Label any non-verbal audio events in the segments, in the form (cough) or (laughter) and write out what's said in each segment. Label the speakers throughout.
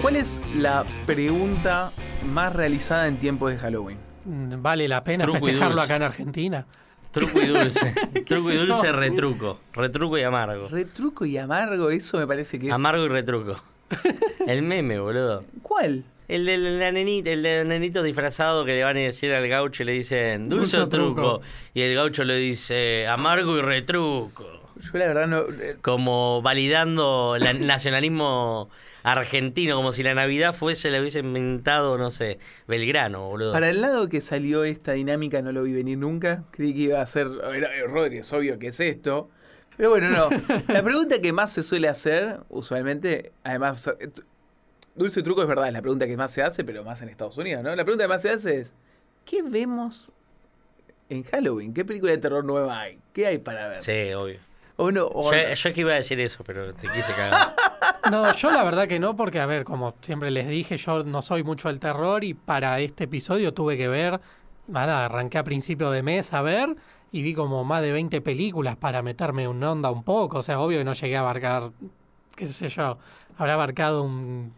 Speaker 1: ¿Cuál es la pregunta más realizada en tiempos de Halloween?
Speaker 2: Mm, ¿Vale la pena
Speaker 3: Truco y
Speaker 2: festejarlo
Speaker 3: dulce.
Speaker 2: acá en Argentina?
Speaker 3: Truco y (laughs) dulce. truco y
Speaker 2: sé yo?
Speaker 3: dulce, retruco. Retruco y amargo.
Speaker 1: Retruco y amargo, eso me parece que es.
Speaker 3: Amargo y retruco. El meme, boludo.
Speaker 1: ¿Cuál?
Speaker 3: El del la nenita, el del nenito disfrazado que le van a decir al gaucho y le dicen dulce,
Speaker 2: Dulce
Speaker 3: o
Speaker 2: o
Speaker 3: truco.
Speaker 2: truco.
Speaker 3: Y el gaucho le dice amargo y retruco.
Speaker 1: Yo la verdad no. eh,
Speaker 3: Como validando (laughs) la- el nacionalismo argentino, como si la Navidad fuese, la hubiese inventado, no sé, Belgrano, boludo.
Speaker 1: Para el lado que salió esta dinámica no lo vi venir nunca. Creí que iba a ser. a ver, eh, Rodríguez, obvio que es esto. Pero bueno, no. La pregunta que más se suele hacer, usualmente, además. o sea, eh, tu- Dulce truco es verdad, es la pregunta que más se hace, pero más en Estados Unidos, ¿no? La pregunta que más se hace es: ¿qué vemos en Halloween? ¿Qué película de terror nueva hay? ¿Qué hay para ver?
Speaker 3: Sí, obvio.
Speaker 1: O no, o no.
Speaker 3: Yo, eh, yo es que iba a decir eso, pero te quise cagar.
Speaker 2: No, yo la verdad que no, porque a ver, como siempre les dije, yo no soy mucho del terror y para este episodio tuve que ver, nada, arranqué a principio de mes a ver y vi como más de 20 películas para meterme un onda un poco, o sea, obvio que no llegué a abarcar, qué sé yo, habrá abarcado un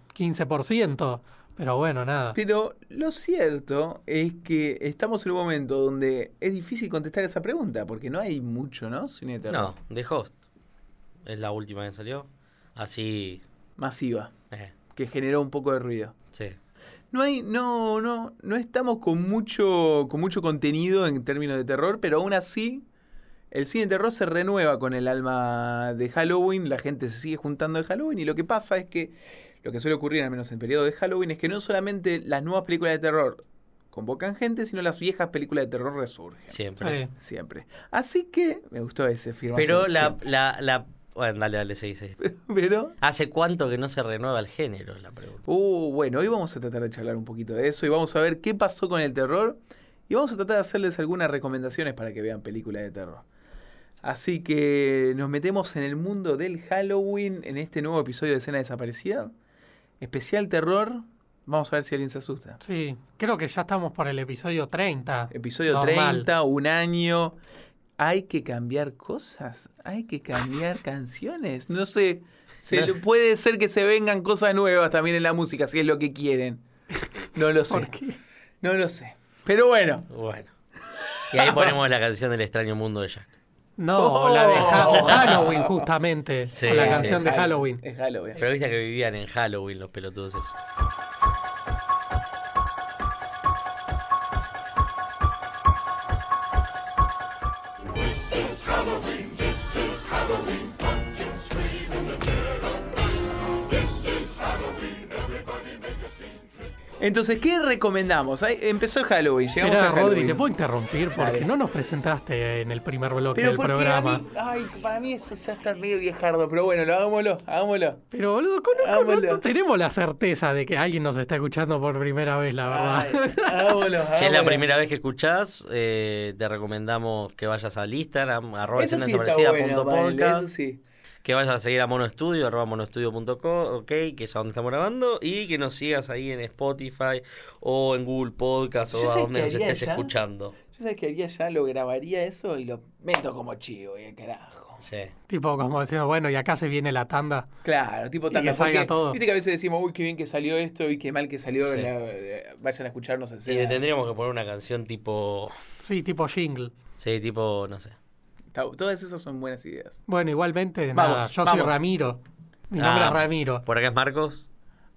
Speaker 2: 15%, pero bueno, nada.
Speaker 1: Pero lo cierto es que estamos en un momento donde es difícil contestar esa pregunta, porque no hay mucho, ¿no? Cine de terror
Speaker 3: No, The Host. Es la última que salió. Así.
Speaker 1: masiva,
Speaker 3: eh,
Speaker 1: que generó un poco de ruido.
Speaker 3: sí.
Speaker 1: No hay, no, no, no estamos con mucho, con mucho contenido en términos de terror, pero aún así, el cine de terror se renueva con el alma de Halloween, la gente se sigue juntando de Halloween, y lo que pasa es que lo que suele ocurrir, al menos en periodo de Halloween, es que no solamente las nuevas películas de terror convocan gente, sino las viejas películas de terror resurgen.
Speaker 3: Siempre.
Speaker 2: Sí.
Speaker 1: Siempre. Así que me gustó ese firma.
Speaker 3: Pero la, la, la. Bueno, dale, dale, seguí, seguí.
Speaker 1: (laughs) Pero.
Speaker 3: ¿Hace cuánto que no se renueva el género? es La pregunta.
Speaker 1: Uh, bueno, hoy vamos a tratar de charlar un poquito de eso y vamos a ver qué pasó con el terror. Y vamos a tratar de hacerles algunas recomendaciones para que vean películas de terror. Así que nos metemos en el mundo del Halloween en este nuevo episodio de Escena Desaparecida. Especial terror. Vamos a ver si alguien se asusta.
Speaker 2: Sí, creo que ya estamos por el episodio 30.
Speaker 1: Episodio
Speaker 2: Normal.
Speaker 1: 30, un año. Hay que cambiar cosas, hay que cambiar canciones. No sé, se le- puede ser que se vengan cosas nuevas también en la música, si es lo que quieren. No
Speaker 2: (laughs)
Speaker 1: lo sé. No lo sé. Pero bueno,
Speaker 3: Bueno. Y ahí ponemos la canción del extraño mundo de Jack.
Speaker 2: No, la de Ha-
Speaker 1: Oh.
Speaker 2: Halloween justamente,
Speaker 3: Sí,
Speaker 2: o la
Speaker 3: sí.
Speaker 2: canción de Halloween.
Speaker 1: Eh, es Halloween.
Speaker 3: Pero viste que vivían en Halloween los pelotudos esos.
Speaker 1: Entonces, ¿qué recomendamos? Ahí empezó Halloween, llegamos
Speaker 2: Mirá,
Speaker 1: a Halloween.
Speaker 2: Rodri, te puedo interrumpir porque
Speaker 1: Dale.
Speaker 2: no nos presentaste en el primer bloque
Speaker 1: pero
Speaker 2: del
Speaker 1: porque a mí,
Speaker 2: programa.
Speaker 1: ay, para mí eso ya está medio viejardo, pero bueno, lo hagámoslo, hagámoslo.
Speaker 2: Pero boludo, con- con- no,
Speaker 1: Vámonos.
Speaker 2: tenemos la certeza de que alguien nos está escuchando por primera vez, la
Speaker 1: Ay,
Speaker 2: verdad.
Speaker 1: hagámoslo,
Speaker 3: Si es la
Speaker 1: hagámoslo.
Speaker 3: primera vez que escuchás, eh, te recomendamos que vayas al Instagram, arroba
Speaker 1: Eso
Speaker 3: escena
Speaker 1: sí está
Speaker 3: desaparecida
Speaker 1: bueno,
Speaker 3: punto
Speaker 1: Mael,
Speaker 3: podcast.
Speaker 1: eso sí.
Speaker 3: Que vayas a seguir a Mono Estudio, arroba monostudio.co, ok, que es a donde estamos grabando, y que nos sigas ahí en Spotify o en Google Podcast
Speaker 1: Yo
Speaker 3: o a
Speaker 1: sé
Speaker 3: donde
Speaker 1: que
Speaker 3: nos
Speaker 1: haría
Speaker 3: estés
Speaker 1: ya.
Speaker 3: escuchando.
Speaker 1: Yo sabes que haría ya, lo grabaría eso y lo meto como chivo, y el carajo.
Speaker 3: Sí.
Speaker 2: (laughs) tipo como diciendo, bueno, y acá se viene la tanda.
Speaker 1: Claro, tipo
Speaker 2: Y
Speaker 1: tanda,
Speaker 2: que salga
Speaker 1: porque
Speaker 2: todo.
Speaker 1: Viste que a veces decimos, uy, qué bien que salió esto y qué mal que salió.
Speaker 3: Sí.
Speaker 1: la- eh, vayan a escucharnos en
Speaker 3: Y le
Speaker 1: serio.
Speaker 3: tendríamos que poner una canción tipo.
Speaker 2: Sí, tipo jingle.
Speaker 3: Sí, tipo, no sé.
Speaker 1: Está- Todas esas son buenas ideas.
Speaker 2: Bueno, igualmente,
Speaker 1: Vamos,
Speaker 2: nada, yo
Speaker 1: vamos.
Speaker 2: soy Ramiro. Mi nombre
Speaker 3: Ah,
Speaker 2: es Ramiro.
Speaker 3: Por acá es Marcos.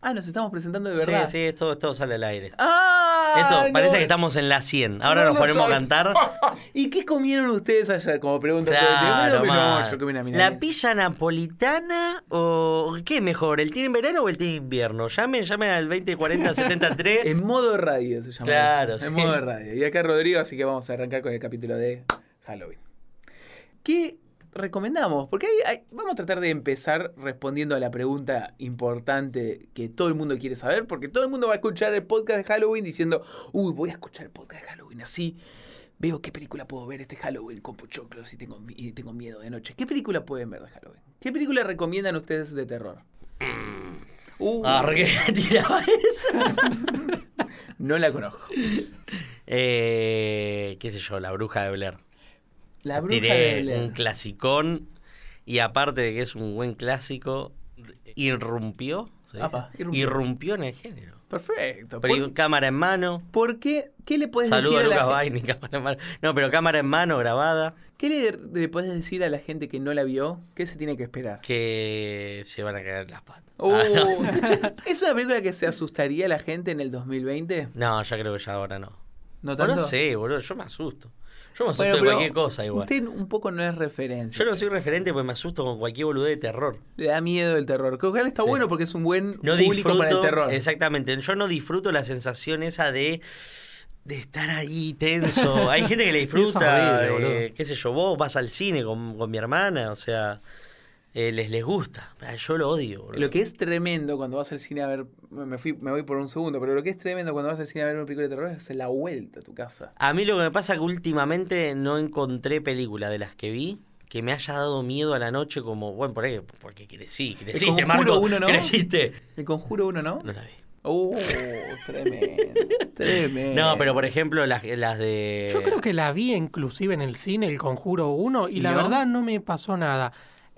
Speaker 1: Ah, nos estamos presentando de verdad.
Speaker 3: Sí, sí, esto, esto sale al aire.
Speaker 1: Ah,
Speaker 3: Esto
Speaker 1: no.
Speaker 3: parece que estamos en la 100. Ahora
Speaker 1: No
Speaker 3: nos
Speaker 1: lo
Speaker 3: ponemos
Speaker 1: sabe.
Speaker 3: a cantar.
Speaker 1: (laughs) ¿Y qué comieron ustedes ayer? Como pregunta
Speaker 3: Claro,
Speaker 1: todo el tiempo.
Speaker 3: man.
Speaker 1: no, yo comí una
Speaker 3: ¿La
Speaker 1: milanesa.
Speaker 3: pizza napolitana o qué es mejor? ¿El tiene en verano o el tiene en invierno? Llamen, llamen al
Speaker 1: (laughs)
Speaker 3: 2040 73.
Speaker 1: En modo radio se llama.
Speaker 3: Claro,
Speaker 1: esto. En
Speaker 3: sí.
Speaker 1: modo radio. Y acá Rodrigo, así que vamos a arrancar con el capítulo de Halloween. ¿Qué recomendamos? Porque hay- hay- vamos a tratar de empezar respondiendo a la pregunta importante que todo el mundo quiere saber, porque todo el mundo va a escuchar el podcast de Halloween diciendo, uy, voy a escuchar el podcast de Halloween así. Veo qué película puedo ver este Halloween con puchoclos y tengo, mi- y tengo miedo de noche. ¿Qué película pueden ver de Halloween? ¿Qué película recomiendan ustedes de terror? Uh,
Speaker 3: Ah, re que (laughs) tiraba esa.
Speaker 1: no la conozco.
Speaker 3: Eh, qué sé yo, la bruja de Blair.
Speaker 1: La bruja
Speaker 3: Tiré
Speaker 1: de Blair.
Speaker 3: un clasicón y aparte de que es un buen clásico, irrumpió, se dice.
Speaker 1: Apa, irrumpió.
Speaker 3: irrumpió. en el género.
Speaker 1: Perfecto.
Speaker 3: Pero
Speaker 1: ¿Por,
Speaker 3: cámara en mano.
Speaker 1: por qué? ¿Qué le puedes
Speaker 3: Saludo a
Speaker 1: decir a
Speaker 3: Lucas
Speaker 1: la gente?
Speaker 3: Baini, (laughs) cámara en mano. No, pero cámara en mano grabada,
Speaker 1: ¿Qué le, le puedes decir a la gente que no la vio? ¿Qué se tiene que esperar?
Speaker 3: que se van a caer las patas.
Speaker 1: Oh,
Speaker 3: Ah, no. (laughs)
Speaker 1: ¿Es una película que se asustaría a la gente en el 2020?
Speaker 3: No, ya creo que ya ahora no.
Speaker 1: No
Speaker 3: O
Speaker 1: tanto.
Speaker 3: no sé, boludo, yo me asusto. Yo me asusto
Speaker 1: Bueno,
Speaker 3: de
Speaker 1: pero
Speaker 3: cualquier cosa igual.
Speaker 1: Usted un poco no es referencia.
Speaker 3: Yo no soy referente porque me asusto con cualquier boludo de terror.
Speaker 1: Le da miedo el terror. Creo que él está
Speaker 3: Sí.
Speaker 1: bueno porque es un buen
Speaker 3: No
Speaker 1: público
Speaker 3: disfruto.
Speaker 1: para el terror.
Speaker 3: Exactamente. Yo no disfruto la sensación esa de. De estar
Speaker 1: (laughs)
Speaker 3: ahí tenso. Hay gente que le
Speaker 2: Eso es
Speaker 3: disfruta.
Speaker 2: horrible,
Speaker 3: eh,
Speaker 2: boludo.
Speaker 3: qué sé yo, vos vas al cine con, con mi hermana, o sea, eh, les, les gusta. Ah, Yo lo odio, boludo.
Speaker 1: Lo que es tremendo cuando vas al cine a ver. Me, fui, me voy por un segundo, pero lo que es tremendo cuando vas al cine a ver una película de terror es la vuelta a tu casa.
Speaker 3: A mí lo que me pasa es que últimamente no encontré película de las que vi que me haya dado miedo a la noche como, bueno, por ahí, porque crecí, creciste,
Speaker 1: Conjuro
Speaker 3: Marco,
Speaker 1: uno, ¿no?
Speaker 3: creciste.
Speaker 1: El conjuro uno, ¿no?
Speaker 3: No la vi.
Speaker 1: Oh, tremendo. (laughs) tremendo.
Speaker 3: No, pero por ejemplo las, las
Speaker 1: eh.
Speaker 3: de...
Speaker 2: Yo creo que la vi inclusive en el cine, El Conjuro 1, y la
Speaker 1: ¿No?
Speaker 2: verdad no me pasó nada.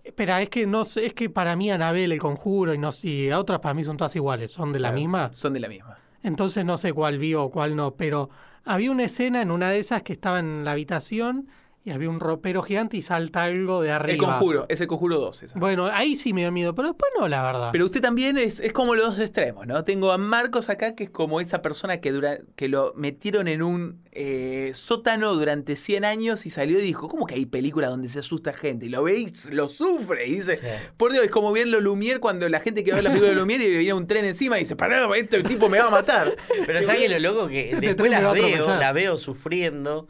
Speaker 2: Espera, es que no sé, es que para mí Anabel, El Conjuro y no sé, otras para mí son todas iguales, son de la
Speaker 1: Claro,
Speaker 2: misma.
Speaker 1: Son de la misma.
Speaker 2: Entonces no sé cuál vi o cuál no, pero había una escena en una de esas que estaba en la habitación y había un ropero gigante y salta algo de arriba.
Speaker 1: El conjuro, es el conjuro 2. Esa.
Speaker 2: Bueno, ahí sí me dio miedo, pero después no, la verdad.
Speaker 1: Pero usted también es, es como los dos extremos, ¿no? Tengo a Marcos acá, que es como esa persona que, dura, que lo metieron en un eh, sótano durante 100 años y salió y dijo, ¿cómo que hay películas donde se asusta gente? Y lo veis, lo sufre. Y dice,
Speaker 3: Sí.
Speaker 1: por Dios, es como ver lo Lumière cuando la gente que va a ver la película de Lumière y le viene un tren encima y dice, pará, este tipo me va a matar.
Speaker 3: (laughs)
Speaker 1: (laughs)
Speaker 3: Pero ¿sabes lo loco? Que
Speaker 2: Este
Speaker 3: después
Speaker 2: tren me va
Speaker 3: las
Speaker 2: a
Speaker 3: veo,
Speaker 2: atropellar.
Speaker 3: la veo sufriendo.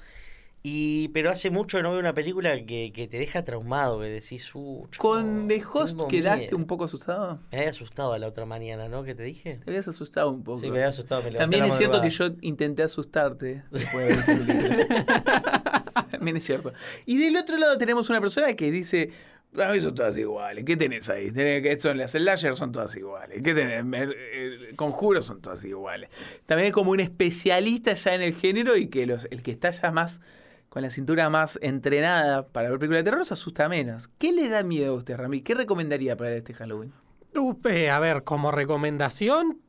Speaker 3: Y, pero hace mucho que no veo una película que, que te deja traumado, que decís, uh, chabón,
Speaker 1: Con The Host
Speaker 3: tengo
Speaker 1: quedaste
Speaker 3: miedo".
Speaker 1: un poco asustado.
Speaker 3: Me había asustado la otra mañana, ¿no? ¿Qué te dije?
Speaker 1: Te habías asustado un poco.
Speaker 3: Sí, me había asustado. me levanté
Speaker 1: También
Speaker 3: a la
Speaker 1: es cierto que
Speaker 3: madrugada.
Speaker 1: yo intenté asustarte (laughs)
Speaker 3: (laughs)
Speaker 1: después de ver esa película. También es cierto. Y del otro lado tenemos una persona que dice. A mí son todas iguales. ¿Qué tenés ahí? Tenés que son las slasher son todas iguales. ¿Qué tenés? Mer- eh, Conjuros son todas iguales. También es como un especialista ya en el género y que los, el que está ya más con la cintura más entrenada para ver películas de terror se asusta menos. ¿Qué le da miedo a usted, Rami? ¿Qué recomendaría para este Halloween?
Speaker 2: Uf, eh, a ver, como recomendación,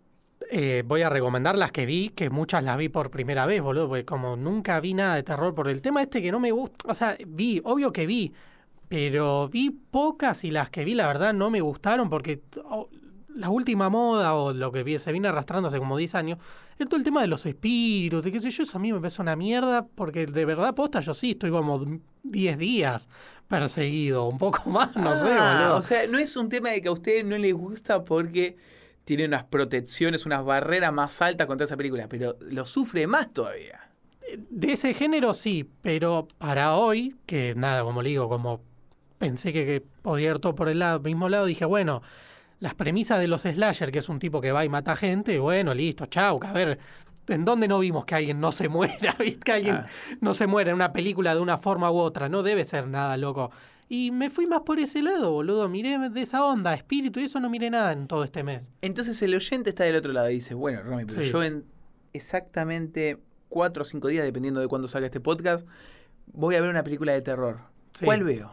Speaker 2: eh, voy a recomendar las que vi, que muchas las vi por primera vez, boludo, porque como nunca vi nada de terror por el tema este que no me gusta, o sea, vi, obvio que vi, pero vi pocas y las que vi la verdad no me gustaron porque t- o- la última moda o lo que vi- se viene arrastrando hace como 10 años, es todo el tema de los espíritus, de qué sé yo, eso a mí me parece una mierda porque de verdad posta yo sí estoy como 10 días perseguido, un poco más, no sé,
Speaker 1: Ah,
Speaker 2: boludo.
Speaker 1: O sea, no es un tema de que a usted no le gusta porque tiene unas protecciones, unas barreras más altas contra esa película, pero lo sufre más todavía.
Speaker 2: De ese género sí, pero para hoy, que nada, como le digo, como pensé que, que podía ir todo por el lado, mismo lado, dije, bueno, las premisas de los slasher, que es un tipo que va y mata gente, bueno, listo, chau, que a ver, ¿en dónde no vimos que alguien no se muera? (laughs) ¿Viste? Que alguien
Speaker 1: Ah.
Speaker 2: no se muera en una película de una forma u otra, no debe ser nada, loco. Y me fui más por ese lado, boludo, miré de esa onda, espíritu, y eso no miré nada en todo este mes.
Speaker 1: Entonces el oyente está del otro lado y dice, bueno, Romy, pero
Speaker 2: Sí.
Speaker 1: yo en exactamente cuatro o cinco días, dependiendo de cuándo salga este podcast, voy a ver una película de terror.
Speaker 2: Sí.
Speaker 1: ¿Cuál veo?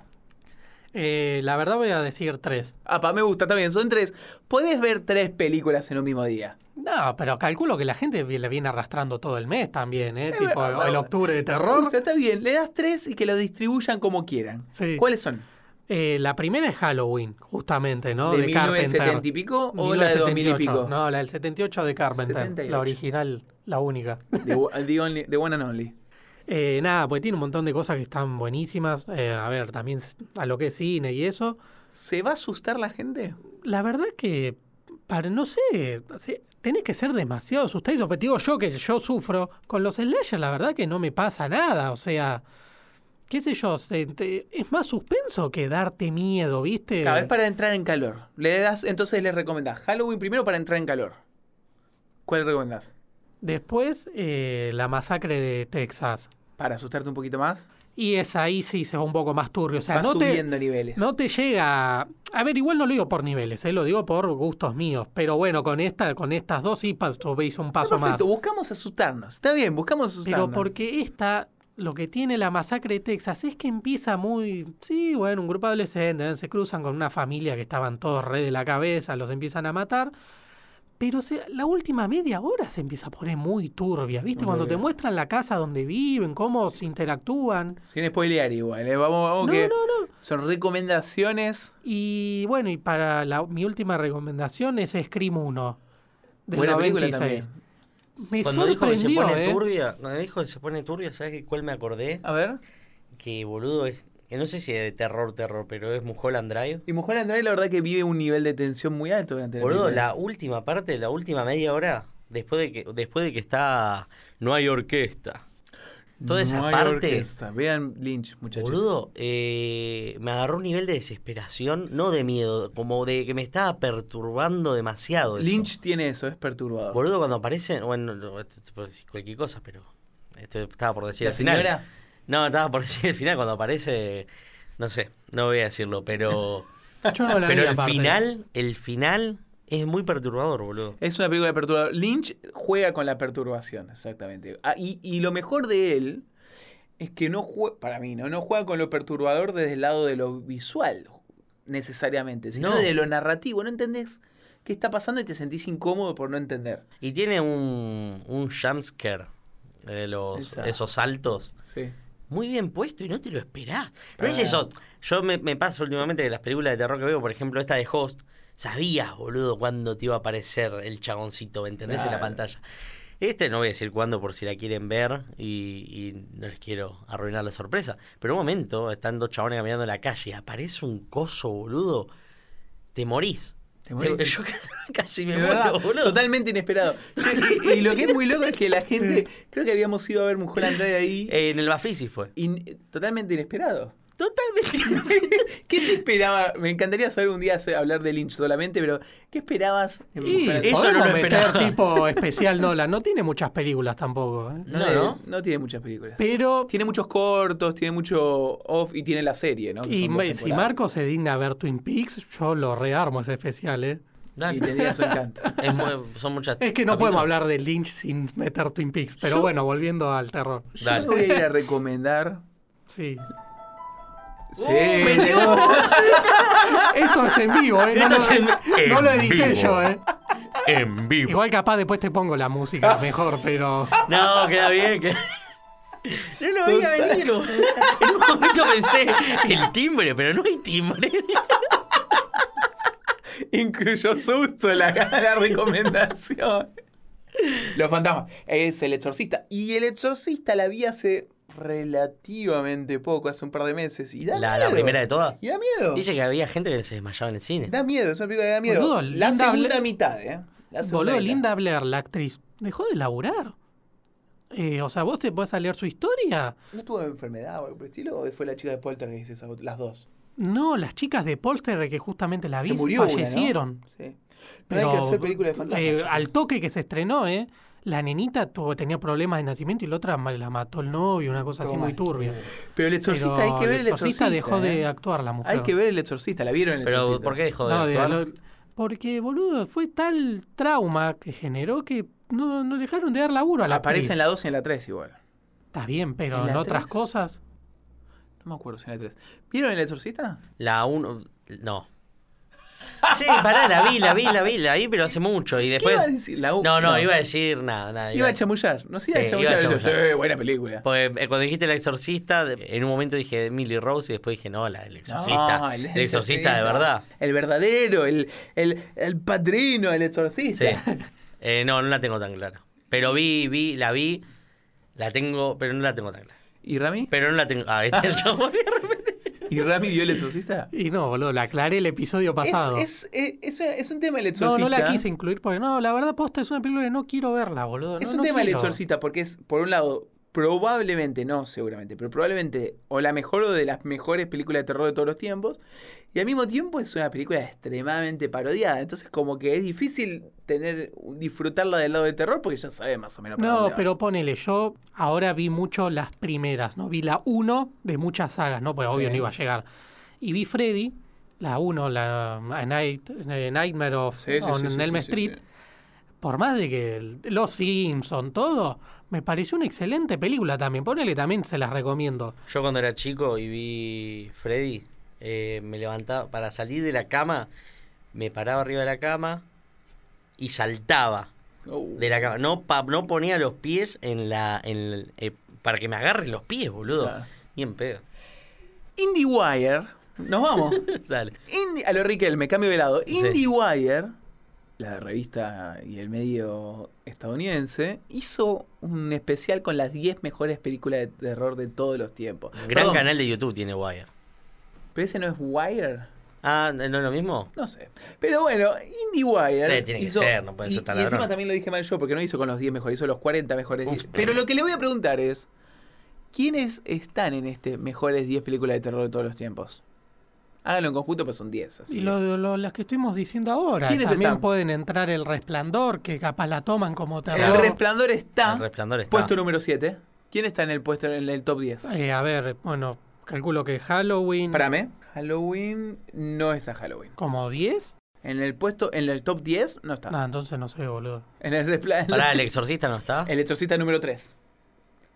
Speaker 2: Eh, la verdad voy a decir tres.
Speaker 1: Apa, me gusta, está bien, son tres. Podés ver tres películas en un mismo día.
Speaker 2: No, pero calculo que la gente vi- le viene arrastrando todo el mes también, ¿eh?
Speaker 1: Es
Speaker 2: tipo
Speaker 1: verdad.
Speaker 2: el octubre de
Speaker 1: O
Speaker 2: terror.
Speaker 1: sea, Está bien, le das tres y que lo distribuyan como quieran.
Speaker 2: Sí.
Speaker 1: ¿Cuáles son?
Speaker 2: Eh, la primera es Halloween, justamente, ¿no?
Speaker 1: ¿De,
Speaker 2: Carpenter.
Speaker 1: 1970 y pico o la de 2000 y
Speaker 2: 1978.
Speaker 1: pico?
Speaker 2: No, la del 78 de Carpenter.
Speaker 1: 78.
Speaker 2: La original, la única.
Speaker 1: The, o- the only- the one and only.
Speaker 2: Eh, nada, pues tiene un montón de cosas que están buenísimas. Eh, a ver, también s- a lo que es cine y eso.
Speaker 1: ¿Se va a asustar la gente?
Speaker 2: La verdad es que, para, no sé, así- tenés que ser demasiado asustadizo. Pero te digo yo que yo sufro con los slasher, la verdad que no me pasa nada. O sea, qué sé yo, se- te- es más suspenso que darte miedo, ¿viste?
Speaker 1: Cada vez para entrar en calor. Le das, entonces les recomendás Halloween primero para entrar en calor. ¿Cuál recomendás?
Speaker 2: Después, eh, la masacre de Texas.
Speaker 1: Para asustarte un poquito más.
Speaker 2: Y es ahí sí se va un poco más turbio. O sea,
Speaker 1: Vas
Speaker 2: no te,
Speaker 1: subiendo niveles.
Speaker 2: No te llega. A ver, igual no lo digo por niveles, ¿eh? lo digo por gustos míos. Pero bueno, con esta, con estas dos sí pas- subís un
Speaker 1: Está
Speaker 2: paso más.
Speaker 1: perfecto, buscamos asustarnos. Está bien, buscamos asustarnos.
Speaker 2: Pero porque esta, lo que tiene la masacre de Texas es que empieza muy. Sí, bueno, un grupo adolescente, ¿eh? se cruzan con una familia que estaban todos re de la cabeza, los empiezan a matar. Pero se- la última media hora se empieza a poner muy turbia, ¿viste?
Speaker 1: Muy
Speaker 2: Cuando te
Speaker 1: turbia.
Speaker 2: muestran la casa donde viven, cómo se interactúan.
Speaker 1: Sin spoilear igual, ¿eh? vamos, vamos
Speaker 2: No,
Speaker 1: que
Speaker 2: no, no.
Speaker 1: son recomendaciones.
Speaker 2: Y bueno, y para la, mi última recomendación es Scream 1. Del
Speaker 1: Buena película
Speaker 2: 96.
Speaker 1: también.
Speaker 2: Me
Speaker 3: Cuando dijo que se
Speaker 2: sorprendió,
Speaker 3: pone
Speaker 2: ¿eh?
Speaker 3: turbia, cuando dijo que se pone turbia, ¿sabes de cuál me acordé?
Speaker 1: A ver.
Speaker 3: Que boludo es. Que no sé si es de terror, terror, pero es Mulholland Drive.
Speaker 1: Y Mujer Andrés, la verdad que vive un nivel de tensión muy alto durante la
Speaker 3: Boludo,
Speaker 1: película.
Speaker 3: la última parte, la última media hora, después de que, después de que está. No hay orquesta. Toda esa
Speaker 1: No hay
Speaker 3: parte.
Speaker 1: orquesta. Vean Lynch, muchachos.
Speaker 3: Boludo, eh, me agarró un nivel de desesperación, no de miedo, como de que me estaba perturbando demasiado. eso.
Speaker 1: Lynch tiene eso, es perturbador.
Speaker 3: Boludo, cuando aparece, bueno, no, esto te puedo decir cualquier cosa, pero esto estaba por decir
Speaker 1: La
Speaker 3: al final.
Speaker 1: señora.
Speaker 3: No, estaba por (laughs) decir al final, cuando aparece, no sé, no voy a
Speaker 1: (laughs)
Speaker 3: decirlo, pero,
Speaker 2: Yo no la vi
Speaker 3: pero el
Speaker 2: aparte.
Speaker 3: final, el final es muy perturbador, boludo.
Speaker 1: Es una película perturbadora. Lynch juega con la perturbación, exactamente. Ah, y, y lo mejor de él es que no juega, para mí, ¿no? No juega con lo perturbador desde el lado de lo visual, necesariamente, sino
Speaker 3: No.
Speaker 1: de lo narrativo. No entendés qué está pasando y te sentís incómodo por no entender.
Speaker 3: Y tiene un, un jumpscare de los,
Speaker 1: Esa.
Speaker 3: esos saltos.
Speaker 1: Sí.
Speaker 3: Muy bien puesto y no te lo esperás. No
Speaker 1: Para
Speaker 3: es
Speaker 1: nada.
Speaker 3: eso. Yo me, me paso últimamente que las películas de terror que veo, por ejemplo, esta de Host, sabías, boludo, cuándo te iba a aparecer el chaboncito, ¿me entendés? En la
Speaker 1: Claro.
Speaker 3: pantalla. Este no voy a decir cuándo por si la quieren ver y, y no les quiero arruinar la sorpresa. Pero un momento, están dos chabones caminando en la calle y aparece un coso, boludo. Te morís.
Speaker 1: Te morís.
Speaker 3: Te- (laughs) yo casi- casi me
Speaker 1: Es verdad,
Speaker 3: muero, boludo.
Speaker 1: totalmente inesperado. Y- y, y lo que es muy loco es que la gente, creo que habíamos ido a ver Mujer Andrea ahí,
Speaker 3: En el Bafisi fue.
Speaker 1: in- totalmente inesperado.
Speaker 3: Totalmente.
Speaker 1: ¿Qué se esperaba? Me encantaría saber un día hacer- hablar de Lynch solamente, pero ¿qué esperabas? en
Speaker 2: Y
Speaker 1: Mujer Andrea?
Speaker 3: eso
Speaker 2: podemos
Speaker 3: no lo
Speaker 2: meter
Speaker 3: esperaba.
Speaker 2: tipo especial Nolan. No tiene muchas películas tampoco. ¿eh?
Speaker 1: (laughs) No,
Speaker 3: No,
Speaker 1: tiene-
Speaker 3: ¿no?
Speaker 1: no tiene muchas películas.
Speaker 2: Pero
Speaker 1: Tiene muchos cortos, tiene mucho off y tiene la serie, ¿no? Que
Speaker 2: y
Speaker 1: son dos
Speaker 2: me- si
Speaker 1: temporadas.
Speaker 2: Marco se digna a ver Twin Peaks, yo lo rearmo ese especial. ¿eh?
Speaker 1: Y
Speaker 3: Dale.
Speaker 1: tendría su encanto.
Speaker 3: Es muy- son muchas.
Speaker 2: Es que no podemos
Speaker 3: capítulos.
Speaker 2: hablar de Lynch sin meter Twin Peaks. Pero
Speaker 1: Yo-
Speaker 2: bueno, volviendo al terror.
Speaker 1: Yo
Speaker 3: Dale.
Speaker 1: voy a ir a recomendar.
Speaker 2: Sí.
Speaker 1: Sí,
Speaker 3: metió.
Speaker 2: Esto es en vivo, ¿eh? No,
Speaker 3: Esto
Speaker 2: lo,
Speaker 3: es en-
Speaker 2: no lo
Speaker 3: en
Speaker 2: edité
Speaker 3: vivo.
Speaker 2: yo, ¿eh?
Speaker 3: En vivo.
Speaker 2: Igual capaz después te pongo la
Speaker 3: (laughs)
Speaker 2: música mejor, pero...
Speaker 3: No, queda bien.
Speaker 2: (laughs)
Speaker 3: queda- No lo veía
Speaker 1: Total.
Speaker 3: venir. (laughs) En un momento pensé, el timbre, pero no hay timbre.
Speaker 1: (laughs) Incluyó susto la, (laughs) la recomendación. Los fantasmas. Es el exorcista. Y el exorcista la vi hace relativamente poco, hace un par de meses. Y da
Speaker 3: La,
Speaker 1: miedo.
Speaker 3: la primera de todas.
Speaker 1: Y da miedo.
Speaker 3: Dice que había gente que se desmayaba en el cine.
Speaker 1: Da miedo, es una película que da miedo.
Speaker 2: Boludo,
Speaker 1: la
Speaker 2: Linda
Speaker 1: segunda
Speaker 2: Blair-
Speaker 1: mitad, ¿eh? La segunda
Speaker 2: Boludo,
Speaker 1: mitad.
Speaker 2: Linda Blair, la actriz, dejó de laburar. Eh, o sea, vos te podés a leer su historia.
Speaker 1: ¿No tuvo enfermedad o algo por el estilo? ¿O fue la chica de Poltergeist esas ot- las dos?
Speaker 2: No, las chicas de Polster que justamente la vi
Speaker 1: Se murió una, ¿no?
Speaker 2: fallecieron.
Speaker 1: Sí. No
Speaker 2: Pero,
Speaker 1: hay que hacer películas de fantasmas.
Speaker 2: eh,
Speaker 1: chicos.
Speaker 2: al toque que se estrenó, eh, la nenita tuvo, tenía problemas de nacimiento y la otra ma- la mató el novio, una cosa así
Speaker 1: Toma.
Speaker 2: muy turbia.
Speaker 1: Pero el exorcista,
Speaker 2: Pero
Speaker 1: hay que ver el
Speaker 2: el exorcista
Speaker 1: exorcista.
Speaker 2: dejó de
Speaker 1: ¿eh?
Speaker 2: actuar la mujer.
Speaker 1: Hay que ver el exorcista, la vieron en el
Speaker 3: Pero,
Speaker 1: exorcista.
Speaker 3: ¿por qué dejó de
Speaker 2: No, de-
Speaker 3: actuar?
Speaker 2: lo- porque, boludo, fue tal trauma que generó que no, no dejaron de dar laburo a la
Speaker 1: Aparece en
Speaker 2: actriz.
Speaker 1: la 2 y en la 3 igual.
Speaker 2: Está bien, pero
Speaker 1: ¿En
Speaker 2: en,
Speaker 1: la
Speaker 2: otras
Speaker 1: tres?
Speaker 2: cosas.
Speaker 1: No me acuerdo si en la 3. ¿Vieron el exorcista?
Speaker 3: La uno... No. Sí, pará, la vi, la vi, la vi, la vi, pero hace mucho. Y
Speaker 1: ¿Qué
Speaker 3: después...
Speaker 1: iba a decir? La u-
Speaker 3: No, no, iba a decir nada, nada.
Speaker 1: Iba a chamullar. No sé, iba
Speaker 3: Sí,
Speaker 1: a
Speaker 3: iba a
Speaker 1: chamullar. Yo,
Speaker 3: chamullar.
Speaker 1: "Sí, buena película.
Speaker 3: Porque eh, cuando dijiste El Exorcista, de- en un momento dije Millie Rose y después dije, no, la, el Exorcista.
Speaker 1: No,
Speaker 3: el, Exorcista de verdad.
Speaker 1: El verdadero, el, el, el padrino, el (laughs)
Speaker 3: Sí.
Speaker 1: exorcista.
Speaker 3: Eh, no, no la tengo tan clara. Pero vi, vi, la vi, la tengo, pero no la tengo tan clara.
Speaker 1: ¿Y Rami?
Speaker 3: Pero no la tengo. Ah, este es el chabón de repente.
Speaker 1: ¿Y Rami vio el exorcista?
Speaker 2: Y no, boludo, la aclaré el episodio
Speaker 1: Es,
Speaker 2: pasado.
Speaker 1: es, es, es una- es un tema el
Speaker 2: no,
Speaker 1: exorcista.
Speaker 2: no la quise incluir porque, no, la verdad, posta, es una película que no quiero verla, boludo.
Speaker 1: Es
Speaker 2: no-
Speaker 1: un
Speaker 2: no
Speaker 1: tema el
Speaker 2: quiero.
Speaker 1: exorcista porque es, por un lado, probablemente, no seguramente, pero probablemente o la mejor o de las mejores películas de terror de todos los tiempos. Y al mismo tiempo es una película extremadamente parodiada. Entonces como que es difícil tener disfrutarla del lado de terror porque ya sabe más o menos. para dónde
Speaker 2: No,
Speaker 1: va.
Speaker 2: pero ponele, yo ahora vi mucho las primeras, ¿no? Vi la 1 de muchas sagas, ¿no? Pues obvio
Speaker 1: Sí.
Speaker 2: no iba a llegar. Y vi Freddy, la 1, la um, A Night- eh, Nightmare of
Speaker 1: Sí, sí,
Speaker 2: on
Speaker 1: sí, sí,
Speaker 2: Elm
Speaker 1: sí, sí,
Speaker 2: Street.
Speaker 1: sí.
Speaker 2: Por más de que el- los Simpson, todo, Me pareció una excelente película también. Ponele también, se las recomiendo.
Speaker 3: Yo cuando era chico y vi Freddy, eh, me levantaba, para salir de la cama, me paraba arriba de la cama y saltaba
Speaker 1: Oh.
Speaker 3: de la cama. No, pa- no ponía los pies en la... En, el- eh, para que me agarren los pies, boludo.
Speaker 1: Claro.
Speaker 3: Ni en pedo.
Speaker 1: IndieWire. Nos vamos.
Speaker 3: (laughs) Dale.
Speaker 1: Indi- a lo Riquelme, cambio de lado.
Speaker 3: Sí.
Speaker 1: IndieWire, la revista y el medio estadounidense, hizo un especial con las 10 mejores películas de terror de todos los tiempos.
Speaker 3: Gran
Speaker 1: Perdón,
Speaker 3: canal de YouTube tiene Wire.
Speaker 1: Pero ese no es Wire.
Speaker 3: Ah, ¿no es lo mismo?
Speaker 1: No sé. Pero bueno, IndieWire.
Speaker 3: Eh, tiene que ser, no puede
Speaker 1: y-
Speaker 3: ser tan
Speaker 1: Y encima
Speaker 3: ladrón.
Speaker 1: también lo dije mal yo, porque no hizo con los 10 mejores, hizo los 40 mejores
Speaker 3: Uf.
Speaker 1: 10. Pero lo que le voy a preguntar es: ¿quiénes están en este mejores 10 películas de terror de todos los tiempos? Háganlo en conjunto, pues son 10. Así
Speaker 2: Y
Speaker 1: que-
Speaker 2: lo, lo- las que estuvimos diciendo ahora.
Speaker 1: ¿Quiénes
Speaker 2: También
Speaker 1: están?
Speaker 2: pueden entrar El Resplandor, que capaz la toman como
Speaker 1: El
Speaker 2: terror.
Speaker 1: resplandor está.
Speaker 3: El resplandor está.
Speaker 1: Puesto número 7. ¿Quién está en el puesto en el top 10?
Speaker 2: Eh, a ver, bueno, calculo que Halloween.
Speaker 1: Espérame. Halloween no está Halloween.
Speaker 2: ¿Como 10?
Speaker 1: En el puesto, en el top 10 no está.
Speaker 2: No, entonces no sé, boludo.
Speaker 1: En el resplandor. (laughs)
Speaker 3: Pará, ¿el exorcista no está?
Speaker 1: El exorcista número 3.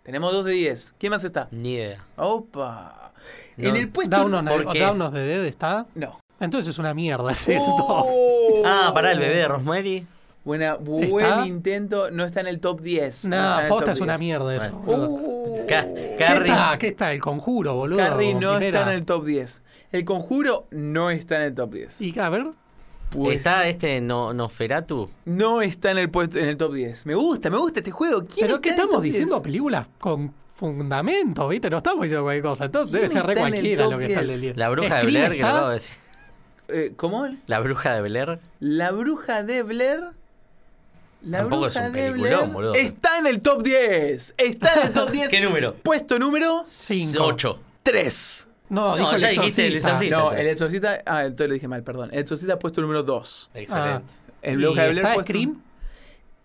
Speaker 1: Tenemos 2 de 10. ¿Quién más está?
Speaker 3: Ni idea.
Speaker 1: Opa.
Speaker 3: No,
Speaker 1: en el puesto.
Speaker 2: Down on,
Speaker 3: ¿por
Speaker 2: o
Speaker 3: qué?
Speaker 2: Down of the Dead está.
Speaker 1: No.
Speaker 2: Entonces es una mierda (laughs)
Speaker 1: Uh,
Speaker 2: ese top.
Speaker 1: Oh.
Speaker 3: Ah, pará, el bebé de Rosemary.
Speaker 1: Buena, buen
Speaker 2: ¿Está?
Speaker 1: intento. No está en el top 10. está en
Speaker 2: No,
Speaker 1: el
Speaker 2: posta
Speaker 1: top
Speaker 2: es una
Speaker 1: 10.
Speaker 2: mierda eso.
Speaker 3: Bueno.
Speaker 2: boludo.
Speaker 1: Oh.
Speaker 3: Ca-
Speaker 2: ¿Qué
Speaker 3: Carrie.
Speaker 2: está? ¿Qué está? El conjuro, boludo.
Speaker 1: Carrie
Speaker 2: como
Speaker 1: no
Speaker 2: primera.
Speaker 1: está en el top 10. El conjuro no está en el top 10.
Speaker 2: Y a ver,
Speaker 1: Pues-
Speaker 3: ¿Está este no, Nosferatu?
Speaker 1: No está en el puesto en el top 10. Me gusta, me gusta este juego. ¿Quién
Speaker 2: pero
Speaker 1: está
Speaker 2: que
Speaker 1: en el
Speaker 2: estamos
Speaker 1: top 10?
Speaker 2: diciendo películas con fundamento, ¿viste? No estamos diciendo cualquier cosa. Entonces
Speaker 1: ¿Quién
Speaker 2: debe ser re
Speaker 1: está en el
Speaker 2: cualquiera
Speaker 1: top
Speaker 2: lo que está en el
Speaker 1: 10?
Speaker 2: día.
Speaker 3: La bruja de
Speaker 2: Scream
Speaker 3: Blair, que lo
Speaker 2: está.
Speaker 3: acabo de decir.
Speaker 1: Eh, ¿Cómo?
Speaker 3: La bruja de Blair.
Speaker 1: La bruja de Blair. La
Speaker 3: Tampoco es
Speaker 1: bruja
Speaker 3: un
Speaker 1: de
Speaker 3: peliculón,
Speaker 1: Blair
Speaker 3: boludo.
Speaker 1: Está en el top 10. Está en el top 10.
Speaker 3: ¿Qué número?
Speaker 1: Puesto número
Speaker 2: Cinco.
Speaker 3: 8.
Speaker 1: 3.
Speaker 2: No,
Speaker 3: No,
Speaker 2: dijo
Speaker 3: ya
Speaker 2: el
Speaker 3: dijiste el
Speaker 2: exorcista.
Speaker 3: exorcista.
Speaker 1: No,
Speaker 3: está.
Speaker 1: el exorcista. Ah, entonces lo dije mal, perdón. El exorcista puesto número 2.
Speaker 3: Excelente.
Speaker 1: El
Speaker 2: ¿Y
Speaker 1: bruja de Blair
Speaker 2: está
Speaker 1: puesto- eh,
Speaker 2: Scream?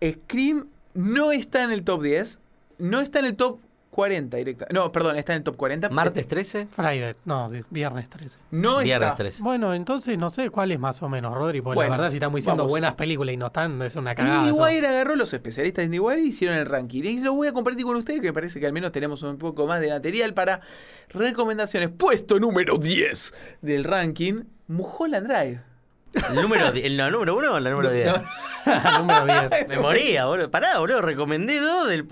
Speaker 1: Scream no está en el top 10. No está en el top 40 directa. No, perdón, está en el top 40.
Speaker 3: ¿Martes 13?
Speaker 2: Friday, no, de- viernes 13.
Speaker 1: No Ah. está.
Speaker 3: Viernes 13.
Speaker 2: Bueno, entonces no sé cuál es más o menos, Rodri, porque
Speaker 1: Bueno,
Speaker 2: la verdad si estamos diciendo
Speaker 1: vamos.
Speaker 2: buenas películas y no están, es una cagada. eso.
Speaker 1: IndieWire agarró los especialistas de IndieWire y hicieron el ranking. Y lo voy a compartir con ustedes, que me parece que al menos tenemos un poco más de material para recomendaciones. Puesto número 10 del ranking, Mulholland Drive.
Speaker 3: ¿El número, di- el, no, número 1 o la número 10?
Speaker 2: (laughs) Número
Speaker 3: (laughs)
Speaker 2: 10.
Speaker 3: Me moría, boludo. Pará, boludo. Recomendé dos del.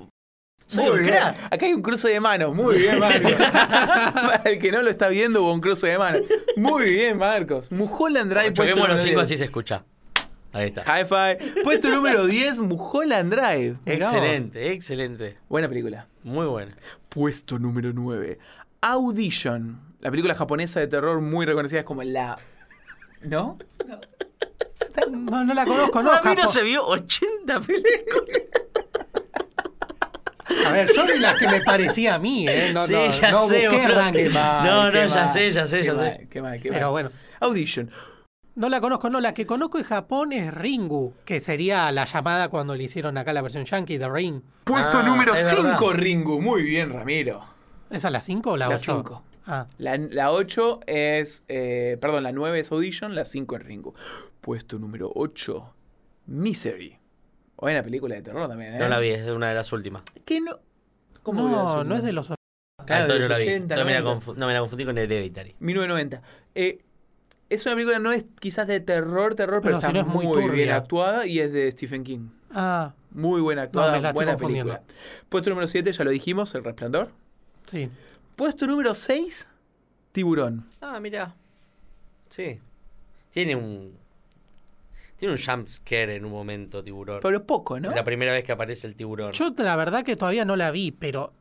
Speaker 3: Soy
Speaker 1: Muy
Speaker 3: un
Speaker 1: bien.
Speaker 3: crack.
Speaker 1: Acá hay un cruce de manos. Muy (laughs) bien, Marcos. para el que no lo está viendo, hubo un cruce de manos. Muy bien, Marcos. Mulholland Drive. puesto
Speaker 3: Choquemos los
Speaker 1: número
Speaker 3: 5 así
Speaker 1: 10.
Speaker 3: se escucha. Ahí está.
Speaker 1: High five. Puesto número 10, Mulholland Drive.
Speaker 2: Mirá vos.
Speaker 3: Excelente, excelente.
Speaker 1: Buena película.
Speaker 3: Muy buena.
Speaker 1: Puesto número 9. Audition. La película japonesa de terror muy reconocida es como la. ¿No?
Speaker 2: No, no la conozco, no,
Speaker 3: a mí no
Speaker 2: Japón.
Speaker 3: se vio 80 películas.
Speaker 2: A ver, yo vi las que me parecía a mí, ¿eh? No,
Speaker 3: Sí,
Speaker 2: no,
Speaker 3: ya
Speaker 2: no
Speaker 3: sé,
Speaker 2: busqué
Speaker 3: boludo.
Speaker 2: ranking.
Speaker 3: No, no,
Speaker 1: qué
Speaker 3: ya sé, ya sé,
Speaker 1: qué
Speaker 3: ya
Speaker 1: mal,
Speaker 3: sé.
Speaker 1: Qué mal, qué mal.
Speaker 2: Pero bueno,
Speaker 1: Audition.
Speaker 2: no la conozco, no. La que conozco de Japón es Ringu, que sería la llamada cuando le hicieron acá la versión yankee de Ring.
Speaker 1: Puesto
Speaker 3: Ah,
Speaker 1: número
Speaker 3: es verdad.
Speaker 1: 5, Ringu. Muy bien, Ramiro.
Speaker 2: ¿Esa es la 5 o la 8?
Speaker 1: La cinco.
Speaker 2: Ah,
Speaker 1: La, 8 es. eh, perdón, la 9 es Audition, la 5 es Ringu. Puesto número 8, Misery. Buena película de terror también, ¿eh?
Speaker 3: No la vi, es una de las últimas.
Speaker 1: ¿Qué no? ¿Cómo voy a
Speaker 2: no,
Speaker 1: decir
Speaker 2: no es de los...
Speaker 1: Claro,
Speaker 3: Ah, entonces
Speaker 1: de
Speaker 3: no la
Speaker 1: los
Speaker 3: vi.
Speaker 1: 80,
Speaker 3: Entonces me la
Speaker 1: 90.
Speaker 3: confu- no, me la confundí con Hereditary.
Speaker 1: 1990. Eh, es una película, no es quizás de terror, terror, pero,
Speaker 2: Pero
Speaker 1: está
Speaker 2: si no es muy
Speaker 1: muy, bien
Speaker 2: turbia.
Speaker 1: actuada y es de Stephen King.
Speaker 2: Ah,
Speaker 1: Muy buena actuada,
Speaker 2: No, me la estoy
Speaker 1: buena
Speaker 2: confundiendo.
Speaker 1: película. Puesto número 7, ya lo dijimos, El Resplandor.
Speaker 2: sí.
Speaker 1: Puesto número 6, Tiburón.
Speaker 3: Ah, mira. Sí. Tiene un. Tiene un jumpscare en un momento, tiburón.
Speaker 1: Pero poco, ¿no?
Speaker 3: La primera vez que aparece el tiburón.
Speaker 2: Yo la verdad que todavía no la vi, pero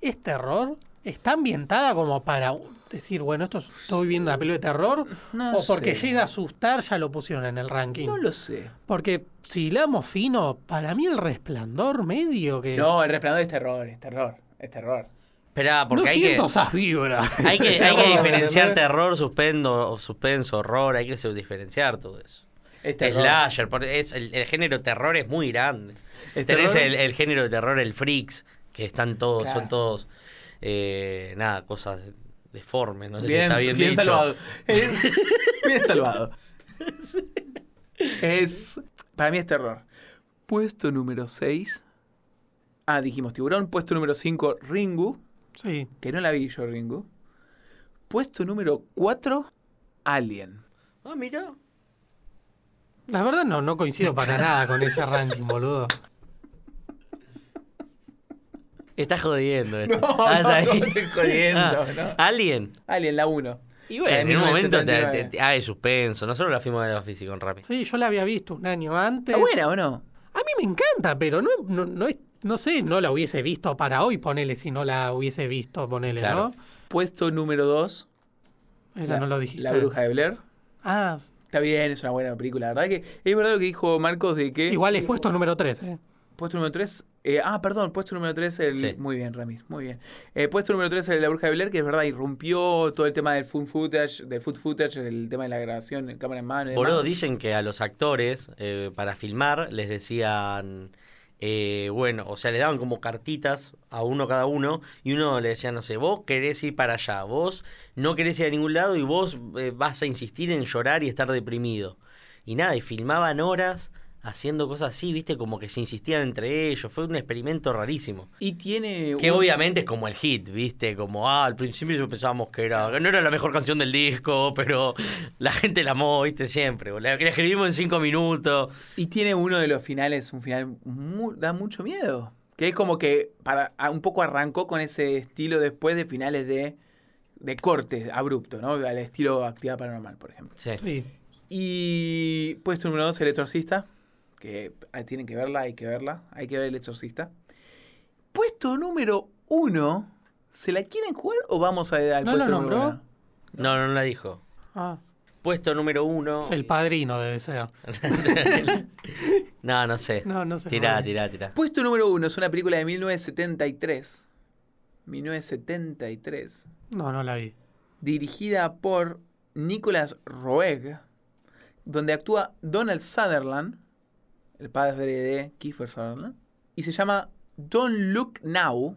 Speaker 2: es terror. Está ambientada como para decir, bueno, esto es- estoy viendo una película de terror.
Speaker 1: No
Speaker 2: o porque
Speaker 1: sé.
Speaker 2: llega a asustar, ya lo pusieron en el ranking.
Speaker 1: No lo sé.
Speaker 2: Porque si hilamos fino, para mí el resplandor medio que.
Speaker 1: No, El Resplandor es terror, es terror, es terror.
Speaker 3: Esperá, porque
Speaker 2: no
Speaker 3: hay
Speaker 2: siento
Speaker 3: que.
Speaker 2: esas vibras.
Speaker 3: (laughs) Hay que, hay que
Speaker 2: Terror,
Speaker 3: diferenciar
Speaker 2: ¿entendés?
Speaker 3: terror, suspendo, suspenso, horror, hay que se- diferenciar todo eso.
Speaker 1: Es terror.
Speaker 3: Slasher, porque es, el, el género terror es muy grande.
Speaker 1: ¿Es
Speaker 3: Tenés
Speaker 1: terror?
Speaker 3: el, el género de terror, el freaks, que están todos,
Speaker 1: Claro.
Speaker 3: son todos, eh, nada, cosas deformes, no sé si
Speaker 1: bien,
Speaker 3: está bien,
Speaker 1: bien
Speaker 3: dicho. (laughs)
Speaker 1: salvado. Es- bien salvado. Es. Para mí es terror. Puesto número 6. Ah, dijimos Tiburón. Puesto número 5, Ringu.
Speaker 2: Sí.
Speaker 1: Que no la vi yo, Ringu. Puesto número 4, Alien.
Speaker 3: Ah, mira.
Speaker 2: La verdad no, no coincido para nada con ese ranking, boludo.
Speaker 3: Estás jodiendo esto.
Speaker 1: (laughs) No,
Speaker 3: Ah,
Speaker 1: no,
Speaker 3: está
Speaker 1: no,
Speaker 3: ahí.
Speaker 1: estoy jodiendo, no.
Speaker 3: Alien.
Speaker 1: Ah. Alien, la 1.
Speaker 3: Y bueno,
Speaker 1: La de
Speaker 3: en un momento te,
Speaker 1: 1979.
Speaker 3: te- te- ah, de suspenso. Nosotros la fuimos a ver a Físico en Rappi.
Speaker 2: Sí, yo la había visto un año antes.
Speaker 1: ¿Está buena o no?
Speaker 2: A mí me encanta, pero no, no, no es, no sé, no la hubiese visto para hoy, ponele, si no la hubiese visto, ponele,
Speaker 3: Claro.
Speaker 1: Puesto número 2,
Speaker 2: ¿no? Esa
Speaker 1: la,
Speaker 2: no lo dijiste.
Speaker 1: La Bruja de Blair.
Speaker 2: Ah,
Speaker 1: Está bien, es una buena película. La verdad que es verdad lo que dijo Marcos de que.
Speaker 2: igual es puesto número 3, ¿eh?
Speaker 1: Puesto número 3. ah, perdón, puesto número 3. El,
Speaker 3: Sí.
Speaker 1: Muy bien, Ramis, muy bien. Eh, puesto número 3 de La Bruja de Blair, que es verdad, irrumpió todo el tema del food footage, del food footage, el tema de la grabación, en cámara en mano. y demás.
Speaker 3: Boludo, dicen que a los actores, eh, para filmar, les decían. eh, bueno, o sea, le daban como cartitas a uno cada uno y uno le decía, no sé, vos querés ir para allá, vos no querés ir a ningún lado y vos eh, vas a insistir en llorar y estar deprimido. Y nada, y filmaban horas haciendo cosas así, viste, como que se insistían entre ellos. Fue un experimento rarísimo.
Speaker 1: Y tiene.
Speaker 3: Que
Speaker 1: un-
Speaker 3: obviamente es como el hit, ¿viste? Como, ah, al principio yo pensábamos que era, que no era la mejor canción del disco, pero la gente la amó, ¿viste? Siempre. La, la escribimos en cinco minutos.
Speaker 1: Y tiene uno de los finales, un final mu- da mucho miedo. Que es como que para a- un poco arrancó con ese estilo después de finales de, de corte abrupto, ¿no? Al estilo Actividad Paranormal, por ejemplo.
Speaker 3: Sí.
Speaker 2: Sí.
Speaker 1: Y puesto número 2, El Exorcista. Que ah, tienen que verla, hay que verla. Hay que ver El Exorcista. Puesto número 1, ¿se la quieren jugar o vamos a, al
Speaker 2: ¿No lo
Speaker 1: puesto número
Speaker 2: nombró?
Speaker 1: uno?
Speaker 3: No, no la dijo.
Speaker 2: Ah,
Speaker 3: Puesto número uno.
Speaker 2: el padrino debe ser.
Speaker 3: No, no sé.
Speaker 2: No, no sé.
Speaker 3: Tirá,
Speaker 2: Vale.
Speaker 3: tirá, tirá.
Speaker 1: Puesto número 1 es una película de 1973. 1973.
Speaker 2: No, no la vi.
Speaker 1: dirigida por Nicholas Roeg, donde actúa Donald Sutherland, el padre de Kiefer Sutherland, y se llama Don't Look Now,